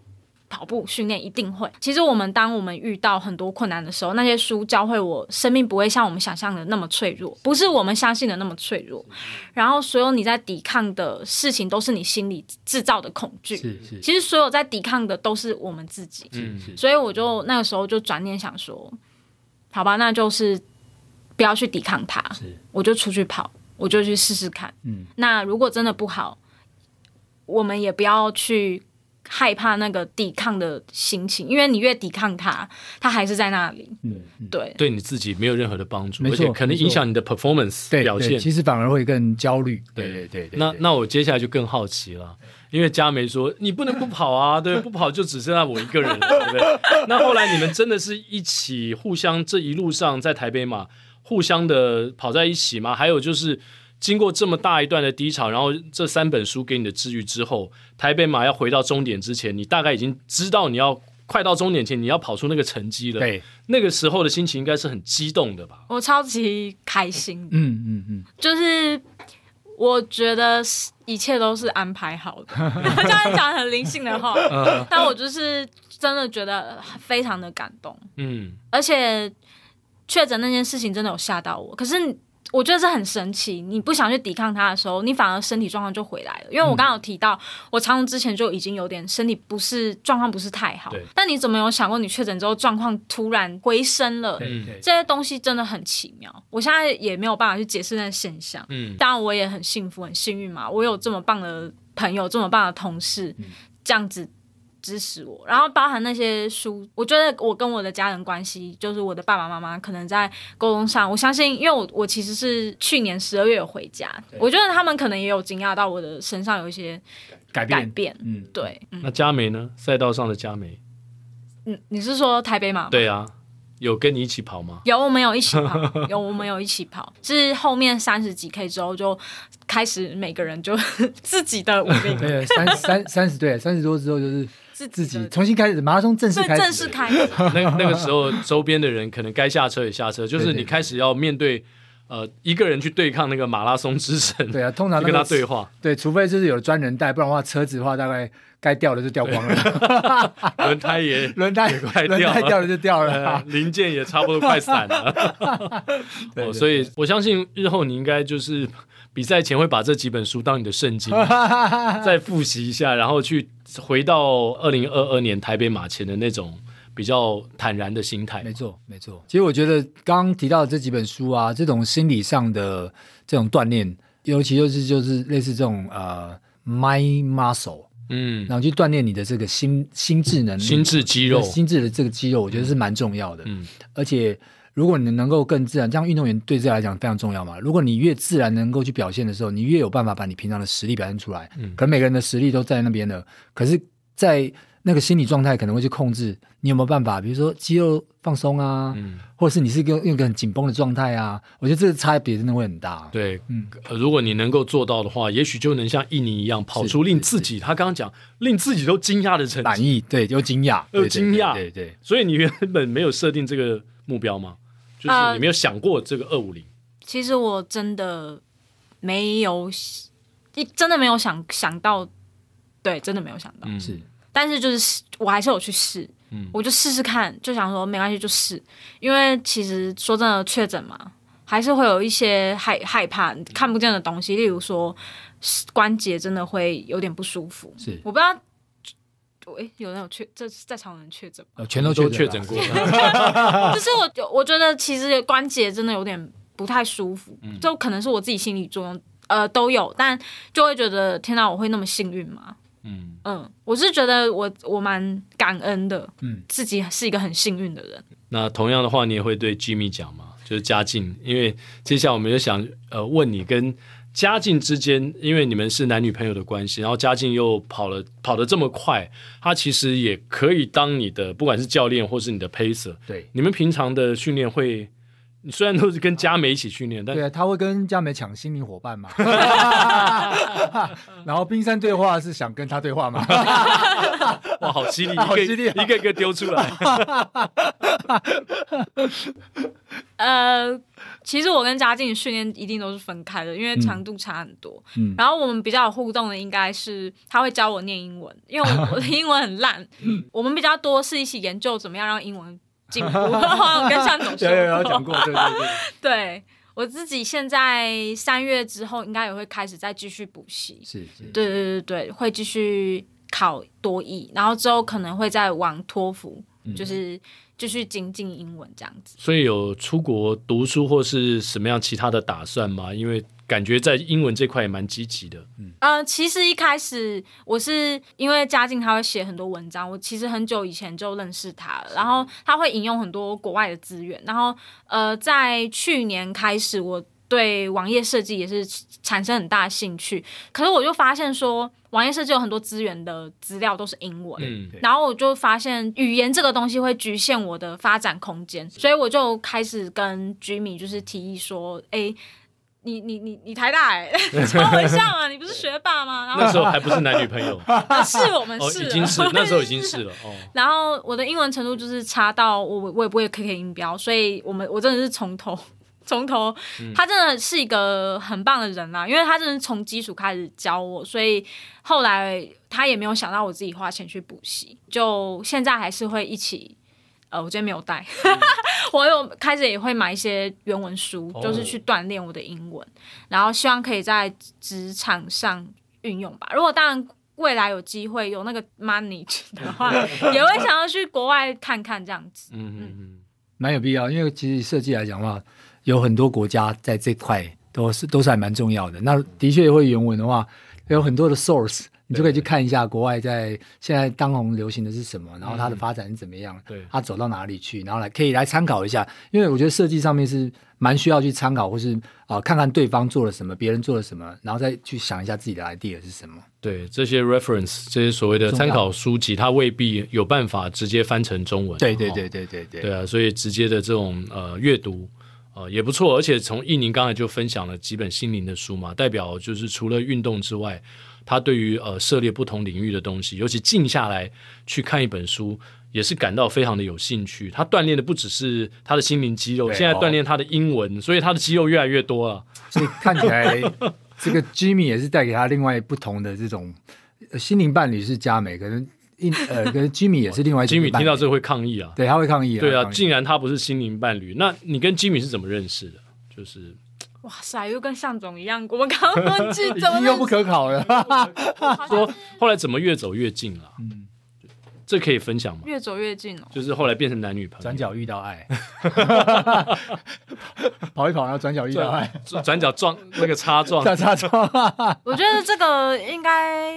Speaker 4: 跑步训练，一定会。其实我们当我们遇到很多困难的时候，那些书教会我，生命不会像我们想象的那么脆弱，不是我们相信的那么脆弱。然后所有你在抵抗的事情，都是你心里制造的恐惧。
Speaker 2: 是是
Speaker 4: 其实所有在抵抗的都是我们自己。
Speaker 1: 嗯，
Speaker 4: 所以我就那个时候就转念想说，好吧，那就是不要去抵抗它
Speaker 2: 是，
Speaker 4: 我就出去跑，我就去试试看。
Speaker 2: 嗯，
Speaker 4: 那如果真的不好，我们也不要去害怕那个抵抗的心情，因为你越抵抗它，它还是在那里。
Speaker 2: 嗯嗯，
Speaker 4: 对，
Speaker 1: 对你自己没有任何的帮助，
Speaker 2: 没
Speaker 1: 而
Speaker 2: 错
Speaker 1: 且可能影响你的 performance
Speaker 2: 对
Speaker 1: 表
Speaker 2: 对，
Speaker 1: 现。
Speaker 2: 其实反而会更焦虑，对
Speaker 1: 对
Speaker 2: 对对对，
Speaker 1: 那
Speaker 2: 对
Speaker 1: 那我接下来就更好奇了，因为佳梅说你不能不跑 啊，对，不跑就只剩下我一个人了，对不对？那后来你们真的是一起互相这一路上在台北嘛，互相的跑在一起吗？还有就是。经过这么大一段的低潮，然后这三本书给你的治愈之后，台北马要回到终点之前，你大概已经知道你要快到终点前，你要跑出那个成绩了。，
Speaker 2: 对，
Speaker 1: 那个时候的心情应该是很激动的吧？
Speaker 4: 我超级开心的，
Speaker 2: 嗯嗯嗯，
Speaker 4: 就是我觉得是一切都是安排好 的，这样讲很灵性的
Speaker 2: 嗯
Speaker 4: 话，但我就是真的觉得非常的感动。
Speaker 1: 嗯，
Speaker 4: 而且确诊那件事情真的有吓到我。可是我觉得这很神奇。你不想去抵抗它的时候，你反而身体状况就回来了。因为我刚刚有提到，我长荣之前就已经有点身体不是状况不是太好
Speaker 1: 对，
Speaker 4: 但你怎么有想过你确诊之后状况突然回升了？
Speaker 1: 嗯
Speaker 2: 对
Speaker 4: 这些东西真的很奇妙，我现在也没有办法去解释那个现象。
Speaker 1: 嗯，
Speaker 4: 当然，我也很幸福、很幸运嘛，我有这么棒的朋友，这么棒的同事，
Speaker 2: 嗯
Speaker 4: 这样子支持我。然后包含那些书，我觉得我跟我的家人关系，就是我的爸爸妈妈，可能在沟通上，我相信，因为我我其实是去年十二月有回家，我觉得他们可能也有惊讶到我的身上有一些
Speaker 2: 改
Speaker 4: 改
Speaker 2: 变，
Speaker 4: 变。
Speaker 2: 嗯，
Speaker 4: 对，嗯
Speaker 1: 那佳梅呢？赛道上的佳梅，
Speaker 4: 嗯，你是说台北吗？
Speaker 1: 对啊，有跟你一起跑 吗？
Speaker 4: 有，我们有一起跑，有我们有一起跑，是后面三十几 K 之后就开始每个人就 自己的武林，
Speaker 2: 对，三三三十对，三十多之后就是
Speaker 4: 自
Speaker 2: 自
Speaker 4: 的
Speaker 2: 己重新开始马拉松正式
Speaker 4: 正
Speaker 2: 开始，
Speaker 4: 正式开始，
Speaker 1: 那那个时候周边的人可能该下车也下车，就是
Speaker 2: 对对
Speaker 1: 你开始要面对呃一个人去对抗那个马拉松之神，
Speaker 2: 对啊，通常
Speaker 1: 去跟
Speaker 2: 那
Speaker 1: 他
Speaker 2: 个
Speaker 1: 对话，
Speaker 2: 对，除非就是有专人带，不然的话车子的话大概该掉的就掉 光了，
Speaker 1: 轮胎 也
Speaker 2: 轮胎
Speaker 1: 快
Speaker 2: 轮
Speaker 1: 掉
Speaker 2: 胎
Speaker 1: 了
Speaker 2: 掉了就掉了
Speaker 1: 呃
Speaker 2: 啊，
Speaker 1: 零件也差不多快散了。
Speaker 2: 对
Speaker 1: 哦，
Speaker 2: 对
Speaker 1: 所以我相信日后你应该就是比赛前会把这几本书当你的圣 经，再复习一下，然后去回到二零二二年台北马前的那种比较坦然的心态
Speaker 2: 没。错，没错。其实我觉得刚刚提到的这几本书啊，这种心理上的这种锻炼，尤其就是就是类似这种呃 mind muscle，
Speaker 1: 嗯，
Speaker 2: 然后去锻炼你的这个心心智能力、
Speaker 1: 心智肌肉
Speaker 2: 对，心智的这个肌肉，我觉得是蛮重要的。
Speaker 1: 嗯
Speaker 2: 而且如果你能够更自然，这样运动员对自己来讲非常重要嘛。如果你越自然能够去表现的时候，你越有办法把你平常的实力表现出来。
Speaker 1: 嗯
Speaker 2: 可能每个人的实力都在那边了，可是，在那个心理状态可能会去控制你有没有办法，比如说肌肉放松啊，
Speaker 1: 嗯，
Speaker 2: 或者是你是一个用一个很紧绷的状态啊，我觉得这个差别真的会很大。
Speaker 1: 对，
Speaker 2: 嗯，
Speaker 1: 呃，如果你能够做到的话，也许就能像印尼一样跑出令自己，他刚刚讲令自己都惊讶的成
Speaker 2: 满
Speaker 1: 绩。
Speaker 2: 意，对，又惊讶，
Speaker 1: 又
Speaker 2: 对对
Speaker 1: 惊讶
Speaker 2: 对对嗯对
Speaker 1: 所以你原本没有设定这个目标吗？就是
Speaker 4: 呃
Speaker 1: 你没有想过这个二五零。
Speaker 4: 其实我真的没有，一真的没有想想到，对，真的没有想到。
Speaker 1: 嗯，
Speaker 2: 是，
Speaker 4: 但是就是试我还是有去试，
Speaker 1: 嗯
Speaker 4: 我就试试看，就想说没关系就试，因为其实说真的确诊嘛，还是会有一些害害怕看不见的东西，例如说关节真的会有点不舒服，
Speaker 2: 是
Speaker 4: 我不知道。诶，有人有确这是在场人确诊吗？
Speaker 2: 呃，全都
Speaker 1: 都
Speaker 2: 确
Speaker 1: 确
Speaker 2: 诊
Speaker 1: 诊
Speaker 2: 了
Speaker 1: 过。
Speaker 4: 就是我我觉得其实关节真的有点不太舒服，
Speaker 2: 嗯
Speaker 4: 就可能是我自己心理作用，呃，都有，但就会觉得天哪，我会那么幸运吗？
Speaker 1: 嗯，
Speaker 4: 嗯，我是觉得我我蛮感恩的，
Speaker 2: 嗯
Speaker 4: 嗯，自己是一个很幸运的人。
Speaker 1: 那同样的话，你也会对 Jimmy 讲吗？就是嘉靖，因为接下来我们就想呃问你跟嘉靖之间，因为你们是男女朋友的关系，然后嘉靖又跑了跑得这么快，他其实也可以当你的不管是教练或是你的 pacer。
Speaker 2: 对
Speaker 1: 你们平常的训练会，你虽然都是跟佳美一起训练，但
Speaker 2: 对啊，他会跟佳美抢心灵伙伴嘛， 然后冰山对话是想跟他对话嘛，
Speaker 1: 哇，好犀利，一
Speaker 2: 好
Speaker 1: 个
Speaker 2: 犀利啊
Speaker 1: 一个一个丢出 来。
Speaker 4: 呃，其实我跟嘉靖的训练一定都是分开的，因为长度差很多。
Speaker 2: 嗯
Speaker 4: 然后我们比较有互动的应该是他会教我念英文，因为我 我的英文很烂。
Speaker 2: 嗯
Speaker 4: 我们比较多是一起研究怎么样让英文进 步， 好像跟向总说
Speaker 2: 有有有
Speaker 4: 过。
Speaker 2: 讲过，对对对，
Speaker 4: 对我自己现在三月之后应该也会开始再继续补习。
Speaker 2: 是是，
Speaker 4: 对对对对，会继续考多译，然后之后可能会再往托福，就是继续精进英文这样子。
Speaker 1: 所以有出国读书或是什么样其他的打算吗？因为感觉在英文这块也蛮积极的。
Speaker 4: 呃，其实一开始我是因为嘉靖他会写很多文章，我其实很久以前就认识他了，然后他会引用很多国外的资源，然后呃，在去年开始我。对网页设计也是产生很大的兴趣，可是我就发现说，网页设计有很多资源的资料都是英文，
Speaker 1: 嗯，
Speaker 2: 对
Speaker 4: 然后我就发现语言这个东西会局限我的发展空间，所以我就开始跟 Jimmy 就是提议说，哎，你你你你台大 哎、教我一下嘛，啊你不是学霸吗？然
Speaker 1: 那时
Speaker 4: 后
Speaker 1: 候还不是男女朋 友，哦，
Speaker 4: 啊是我们是了、
Speaker 1: 已经是那时候已经是了哦。
Speaker 4: 然后我的英文程度就是差到我我也不会 K K 音标，所以我们我真的是从头从头，
Speaker 2: 嗯
Speaker 4: 他真的是一个很棒的人啊啦，因为他真的是从基础开始教我，所以后来他也没有想到我自己花钱去补习，就现在还是会一起。呃，我今天没有带，
Speaker 2: 嗯
Speaker 4: 我有开始也会买一些原文书，
Speaker 1: 哦
Speaker 4: 就是去锻炼我的英文，然后希望可以在职场上运用吧。如果当然未来有机会有那个 money 的 话，也会想要去国外看看这样子。
Speaker 1: 嗯嗯嗯，
Speaker 2: 蛮有必要，因为其实设计来讲的话，有很多国家在这块都是都是还蛮重要的。那的确会原文的话，有很多的 source，你就可以去看一下国外在现在当红流行的是什么，然后它的发展是怎么样，
Speaker 1: 对
Speaker 2: 它走到哪里去，然后来可以来参考一下。因为我觉得设计上面是蛮需要去参考，或是啊、呃看看对方做了什么，别人做了什么，然后再去想一下自己的 idea 是什么。
Speaker 1: 对，这些 reference 这些所谓的参考书籍，它未必有办法直接翻成中文。
Speaker 2: 对对
Speaker 1: 哦
Speaker 2: 对对对对，
Speaker 1: 对啊，所以直接的这种呃阅读呃也不错，而且从印宁刚才就分享了几本心灵的书嘛，代表就是除了运动之外，他对于呃涉猎不同领域的东西，尤其静下来去看一本书。也是感到非常的有兴趣，他锻炼的不只是他的心灵肌肉，
Speaker 2: 对
Speaker 1: 现在
Speaker 2: 哦
Speaker 1: 锻炼他的英文，所以他的肌肉越来越多了。
Speaker 2: 所以看起来这个 Jimmy 也是带给他另外不同的这种、呃心灵伴侣是佳美，可能一 呃，可能 Jimmy 也是另外一种
Speaker 1: 吉米
Speaker 2: 伴
Speaker 1: 哦听
Speaker 2: 侣
Speaker 1: 到这会抗议啊，
Speaker 2: 对他会抗议啊，
Speaker 1: 对啊，
Speaker 2: 抗议
Speaker 1: 竟然他不是心灵伴侣，那你跟吉米是怎么认识的？就是
Speaker 4: 哇塞，又跟向总一样，我们刚刚忘记
Speaker 2: 已
Speaker 4: 怎么
Speaker 2: 经又
Speaker 4: 认
Speaker 2: 不可考啊了，
Speaker 1: 说后来怎么越走越近了、
Speaker 2: 嗯
Speaker 1: 这可以分享吗？
Speaker 4: 越走越近哦。
Speaker 1: 就是后来变成男女朋友，
Speaker 2: 转角遇到爱， 跑一跑，然后转角遇到爱，
Speaker 1: 转啊 转角撞那个擦撞，
Speaker 2: 大 叉叉，
Speaker 4: 我觉得这个应该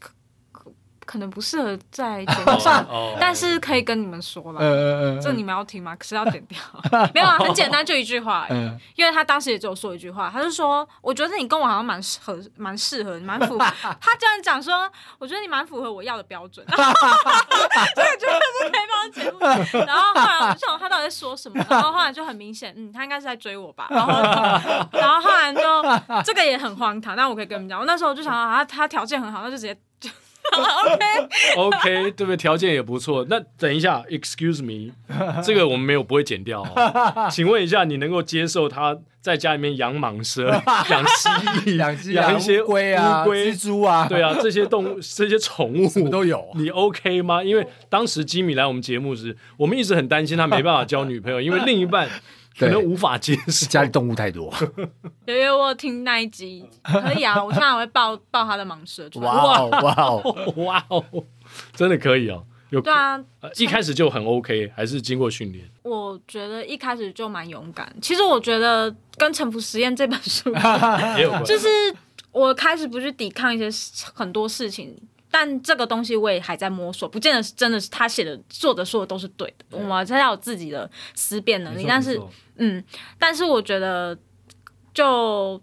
Speaker 4: 可可可能不适合在节目上，
Speaker 1: 哦
Speaker 4: 但是可以跟你们说了。
Speaker 2: 呃呃
Speaker 4: 这
Speaker 2: 呃
Speaker 4: 你们要听吗？可是要剪掉， 没有啊，很简单，就一句话而已。
Speaker 2: 嗯，
Speaker 4: 因为他当时也只有说一句话，他就说：“我觉得你跟我好像蛮适合，蛮适合，蛮符合。”他居然讲说：“我觉得你蛮符合我要的标准。” 这个绝对是可以放节目。然后后来我就想他到底在说什么，然后后来就很明显，嗯，他应该是在追我吧。然后，然后后来就这个也很荒唐，但我可以跟你们讲，我那时候就想啊，他条件很好，那就直接就 OK。
Speaker 1: OK，对不对？条件也不错。那等一下，Excuse me，这个我们没有不会剪掉、 哦。请问一下，你能够接受他在家里面养蟒蛇、养蜥蜴、
Speaker 2: 两只
Speaker 1: 养一些
Speaker 2: 乌龟啊，
Speaker 1: 乌龟
Speaker 2: 蜘蛛啊，
Speaker 1: 对啊，这些动物、这些宠物
Speaker 2: 什么都有
Speaker 1: 你 OK 吗？因为当时吉米来我们节目时，我们一直很担心他没办法交女朋友，因为另一半可能
Speaker 2: 对
Speaker 1: 无法接受。
Speaker 2: 家里动物太多，
Speaker 4: 有有，我有听那一集可以啊，我现在还会抱抱他的蟒蛇出来。
Speaker 2: 哇哦哇哦，
Speaker 1: 哇哦，真的可以哦。有
Speaker 4: 对啊，
Speaker 1: 呃一开始就很 OK，还是经过训练？
Speaker 4: 我觉得一开始就蛮勇敢。其实我觉得跟《沉浮实验》这本书，
Speaker 1: 也有关
Speaker 4: 就是我开始不去抵抗一些事很多事情，但这个东西我也还在摸索，不见得是真的是他写的、作者说的都是对的。我们才有自己的思辨能力，但是嗯，但是我觉得就。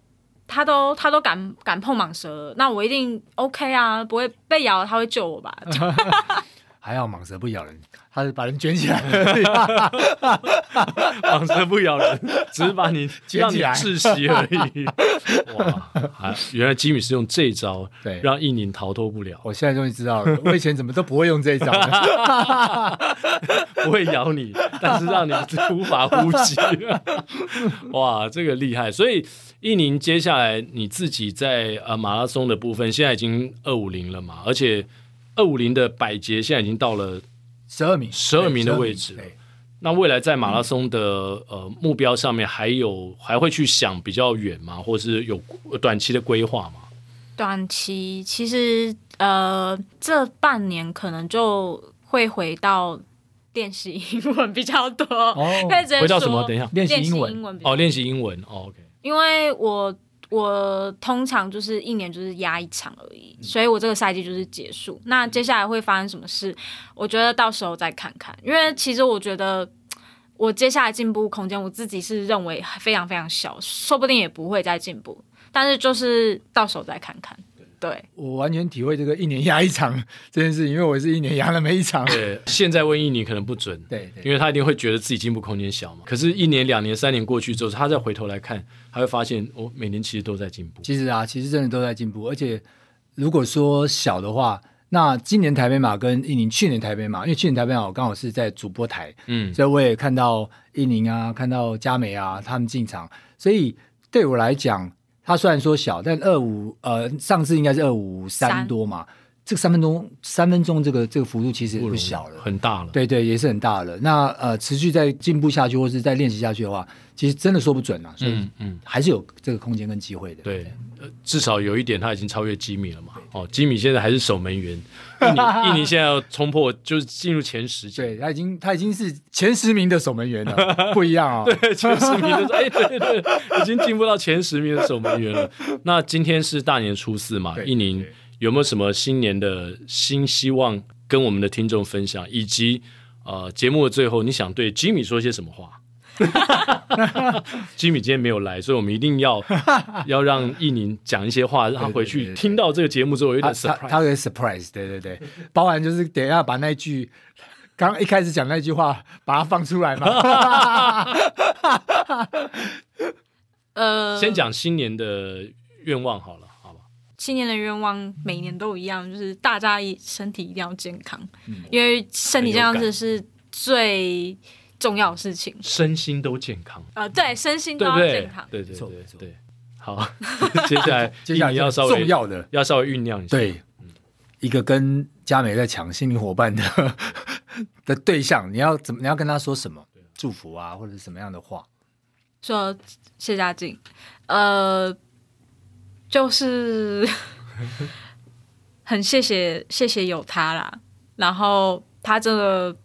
Speaker 4: 他都他都敢敢碰蟒蛇了，那我一定 OK 啊，不会被咬，他会救我吧？
Speaker 2: 还好蟒蛇不咬人，它是把人卷起来，
Speaker 1: 蟒蛇不咬人，只是把 你
Speaker 2: 捡
Speaker 1: 让你
Speaker 2: 起来
Speaker 1: 窒息而已。 哇，还原来吉米是用这一招
Speaker 2: 对
Speaker 1: 让印宁逃脱不 了，
Speaker 2: 我哦现在终于知道了，我以前怎么都不会用这一招呢。
Speaker 1: 不会咬你，但是让你无法 呼吸。哇，这个厉害！所以印宁接下来你自己在呃马拉松的部分，现在已经二五零了嘛，而且二五零的百捷现在已经到了。
Speaker 2: 十二名，
Speaker 1: 12名的位置
Speaker 2: 对
Speaker 1: 那未来在马拉松的、呃目标上面，还有还会去想比较远吗？或是有短期的规划吗？
Speaker 4: 短期其实呃，这半年可能就会回到练习英文比较多，
Speaker 2: 哦
Speaker 4: 可以直接
Speaker 1: 回到
Speaker 4: 说
Speaker 1: 什么？等一下，
Speaker 2: 练习
Speaker 4: 习
Speaker 2: 英文
Speaker 4: 英文比较
Speaker 1: 哦，练习英文。哦，OK，
Speaker 4: 因为我我通常就是一年就是压一场而已，所以我这个赛季就是结束。那嗯接下来会发生什么事，我觉得到时候再看看。因为其实我觉得我接下来进步空间，我自己是认为非常非常小，说不定也不会再进步，但是就是到时候再看看。对，
Speaker 2: 我完全体会这个一年压一场 这件事，因为我是一年压了没 一场。
Speaker 1: 对，现在问印尼可能不准，
Speaker 2: 对
Speaker 1: 因
Speaker 2: 对，
Speaker 1: 为他一定会觉得自己进步空间小嘛。可是，一年、两年、三年过去之后，他再回头来看，他会发现，我、哦、每年其实都在进步。
Speaker 2: 其实啊，其实真的都在进步，而且如果说小的话。那今年台北马跟印尼去年台北马，因为去年台北马我刚好是在主播台，
Speaker 1: 嗯，
Speaker 2: 所以我也看到印尼啊，看到佳美啊，他们进场，所以对我来讲，它虽然说小，但二五呃上次应该是二五三
Speaker 4: 三
Speaker 2: 多嘛，这个三分钟三分钟这个这个幅度其实也不小了，
Speaker 1: 很大了。
Speaker 2: 对对，也是很大了。那呃，持续再进步下去，或是再练习下去的话，其实真的说不准啊，所以
Speaker 1: 嗯嗯，
Speaker 2: 还是有这个空间跟机会的。
Speaker 1: 对，呃至少有一点他已经超越吉米了嘛。哦，吉米现在还是守门员，印 尼印尼现在要冲破就是进入前十强。
Speaker 2: 对，他已经他已经是前十名的守门员了，不一样啊、哦。
Speaker 1: 前十名的时候，哎，对对对，已经进步到前十名的守门员了。那今天是大年初四嘛，
Speaker 2: 对
Speaker 1: 一宁有没有什么新年的新希望跟我们的听众分享，以及呃节目的最后，你想对吉米说些什么 话？吉米今天没有来，所以我们一定 要要让一宁讲一些话，让他回
Speaker 2: 对对
Speaker 1: 去
Speaker 2: 对对
Speaker 1: 听到这个节目之后有
Speaker 2: 他
Speaker 1: 点
Speaker 2: 他
Speaker 1: surprise。
Speaker 2: 他有点 surprise，对对对，包含就是等一下把那句刚刚一开始讲那句话，把它放出来 嘛。
Speaker 4: 呃，
Speaker 1: 先讲新年的愿望好了，好吧？
Speaker 4: 新年的愿望每年都一样，就是大家一身体一定要健康，因为身体健康
Speaker 1: 嗯很有感
Speaker 4: 这是最重要的事情。
Speaker 1: 身心都健康。
Speaker 4: 呃，对，身心都
Speaker 1: 对不
Speaker 4: 要
Speaker 1: 对？
Speaker 4: 健康。
Speaker 1: 对对
Speaker 2: 没错
Speaker 1: 对
Speaker 2: 没错
Speaker 1: 对。好， 接下来
Speaker 2: 接下来
Speaker 1: 一定要稍微
Speaker 2: 重要嗯的，
Speaker 1: 要稍微酝酿一下。
Speaker 2: 对，一个跟佳美在抢心灵伙伴的的对象，你要怎么？你要跟他说什么祝福啊，或者是什么样的话？
Speaker 4: 说谢家静，呃，就是 很谢谢谢谢有他啦，然后他真的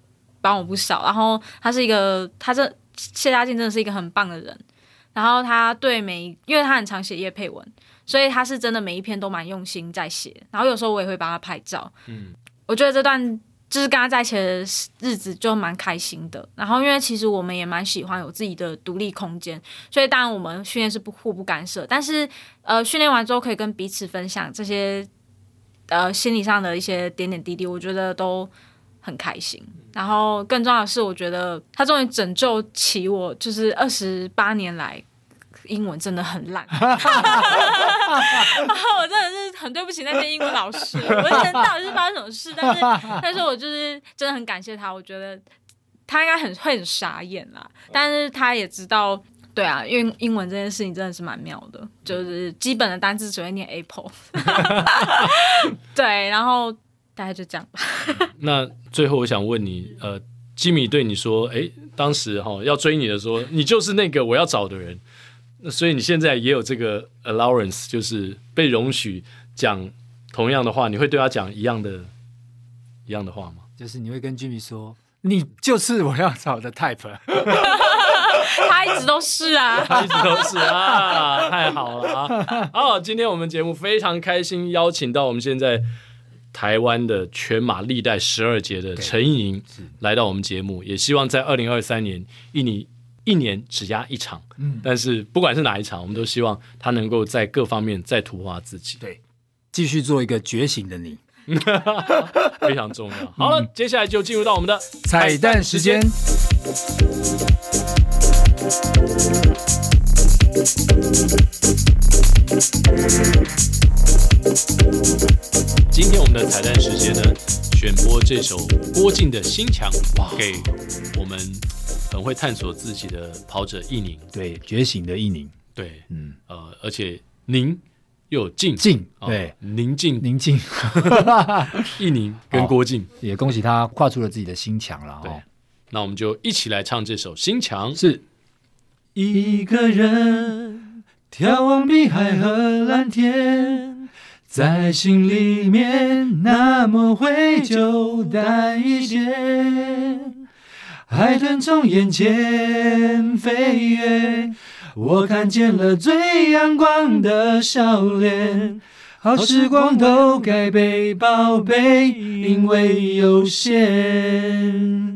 Speaker 4: 帮我不少，然后他是一个他这谢家静真的是一个很棒的人，然后他对每一因为他很常写叶佩文，所以他是真的每一篇都蛮用心在写，然后有时候我也会帮他拍照，
Speaker 1: 嗯，
Speaker 4: 我觉得这段就是跟他在一起的日子就蛮开心的。然后因为其实我们也蛮喜欢有自己的独立空间，所以当然我们训练是不互不干涉，但是呃训练完之后可以跟彼此分享这些呃心理上的一些点点滴滴，我觉得都很开心。然后更重要的是，我觉得他终于拯救起我，就是二十八年来。英文真的很烂， 然后我真的是很对不起那些英文老师，我以前到底是发生什么事？但是，但是我就是真的很感谢他，我觉得他应该很会很傻眼啦，但是他也知道，对啊，因为英文这件事情真的是蛮妙的，就是基本的单字只会念 apple，对，然后大概就这样吧。
Speaker 1: 那最后我想问你，呃，吉米对你说，哎，当时哈、要追你的时候，你就是那个我要找的人，那所以你现在也有这个 allowance，就是被容许讲同样的话，你会对他讲一样的一样的话吗？
Speaker 2: 就是你会跟居民说，你就是我要找的 type。
Speaker 4: 他一直都是啊，
Speaker 1: 他一直都是啊，太好了啊！好，今天我们节目非常开心，邀请到我们现在台湾的全马历代十二届的陈意莹来到我们节目，也希望在二零二三年印尼。一年只压一场，
Speaker 2: 嗯
Speaker 1: 但是不管是哪一场，我们都希望他能够在各方面再突化自己，
Speaker 2: 对，继续做一个觉醒的你。
Speaker 1: 非常重要。好了，接下来就进入到我们的
Speaker 2: 嗯彩蛋时间，
Speaker 1: 今天我们的彩蛋时间呢，选播这首郭靖的《心墙》给我们很会探索自己的跑者一宁。
Speaker 2: 对，觉醒的一宁，
Speaker 1: 对，
Speaker 2: 嗯，
Speaker 1: 呃，而且宁又有静
Speaker 2: 静
Speaker 1: 哦
Speaker 2: 对
Speaker 1: 宁静、
Speaker 2: 宁 静，
Speaker 1: 一宁跟郭靖，
Speaker 2: 也恭喜他跨出了自己的心墙了
Speaker 1: 对
Speaker 2: 哦。，
Speaker 1: 那我们就一起来唱这首《心墙》。
Speaker 2: 是
Speaker 6: 一个人眺望碧海和蓝天，在心里面那么会就淡一些。海豚从眼前飞越，我看见了最阳光的笑脸。好时光都该被宝贝，因为有限。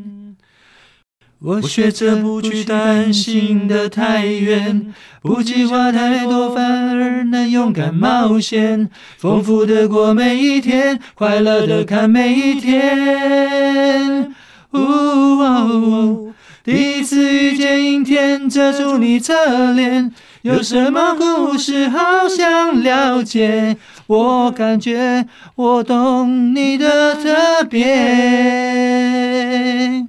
Speaker 6: 我学着不去担心的太远，不计划太多，反而能勇敢冒险，丰富的过每一天，快乐的看每一天。呜哦哦第一次遇见阴天，遮住你侧脸，有什么故事好想了解？我感觉我懂你的特别。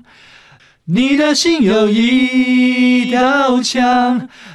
Speaker 6: 你的心有一道墙，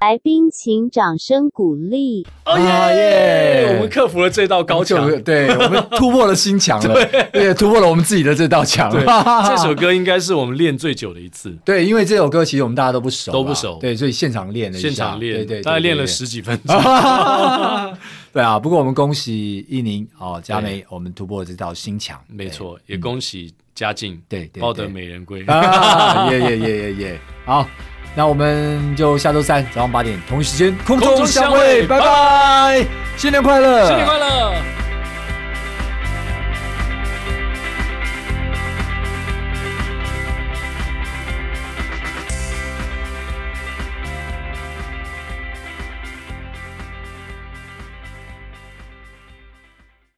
Speaker 7: 来宾请掌声鼓励。
Speaker 1: 哦
Speaker 2: 啊
Speaker 1: 耶！
Speaker 2: 耶
Speaker 1: 我们克服了这道高墙
Speaker 2: 就。对我们突破了心墙了，对，突破了我们自己的 这道墙。
Speaker 1: 对，这 首歌应该是我们练最久的一次，
Speaker 2: 对，因为这首歌其实我们大家都不熟啊，
Speaker 1: 都不熟
Speaker 2: 对，所以现场练了一下，
Speaker 1: 现场练，
Speaker 2: 对对，对
Speaker 1: 大概练了。
Speaker 2: 对对
Speaker 1: 十几分钟。
Speaker 2: 对啊，不过我们恭喜伊宁哦，佳梅，我们突破了这道心墙，
Speaker 1: 没错，也恭喜嘉靖，
Speaker 2: 对对对
Speaker 1: 抱得美人 归。
Speaker 2: 对啊，耶耶耶耶耶，好，那我们就下周三早上八点同一时间空
Speaker 1: 空
Speaker 2: 中
Speaker 1: 中
Speaker 2: 相
Speaker 1: 相会
Speaker 2: 会，拜拜，新年快乐，
Speaker 1: 新年快乐！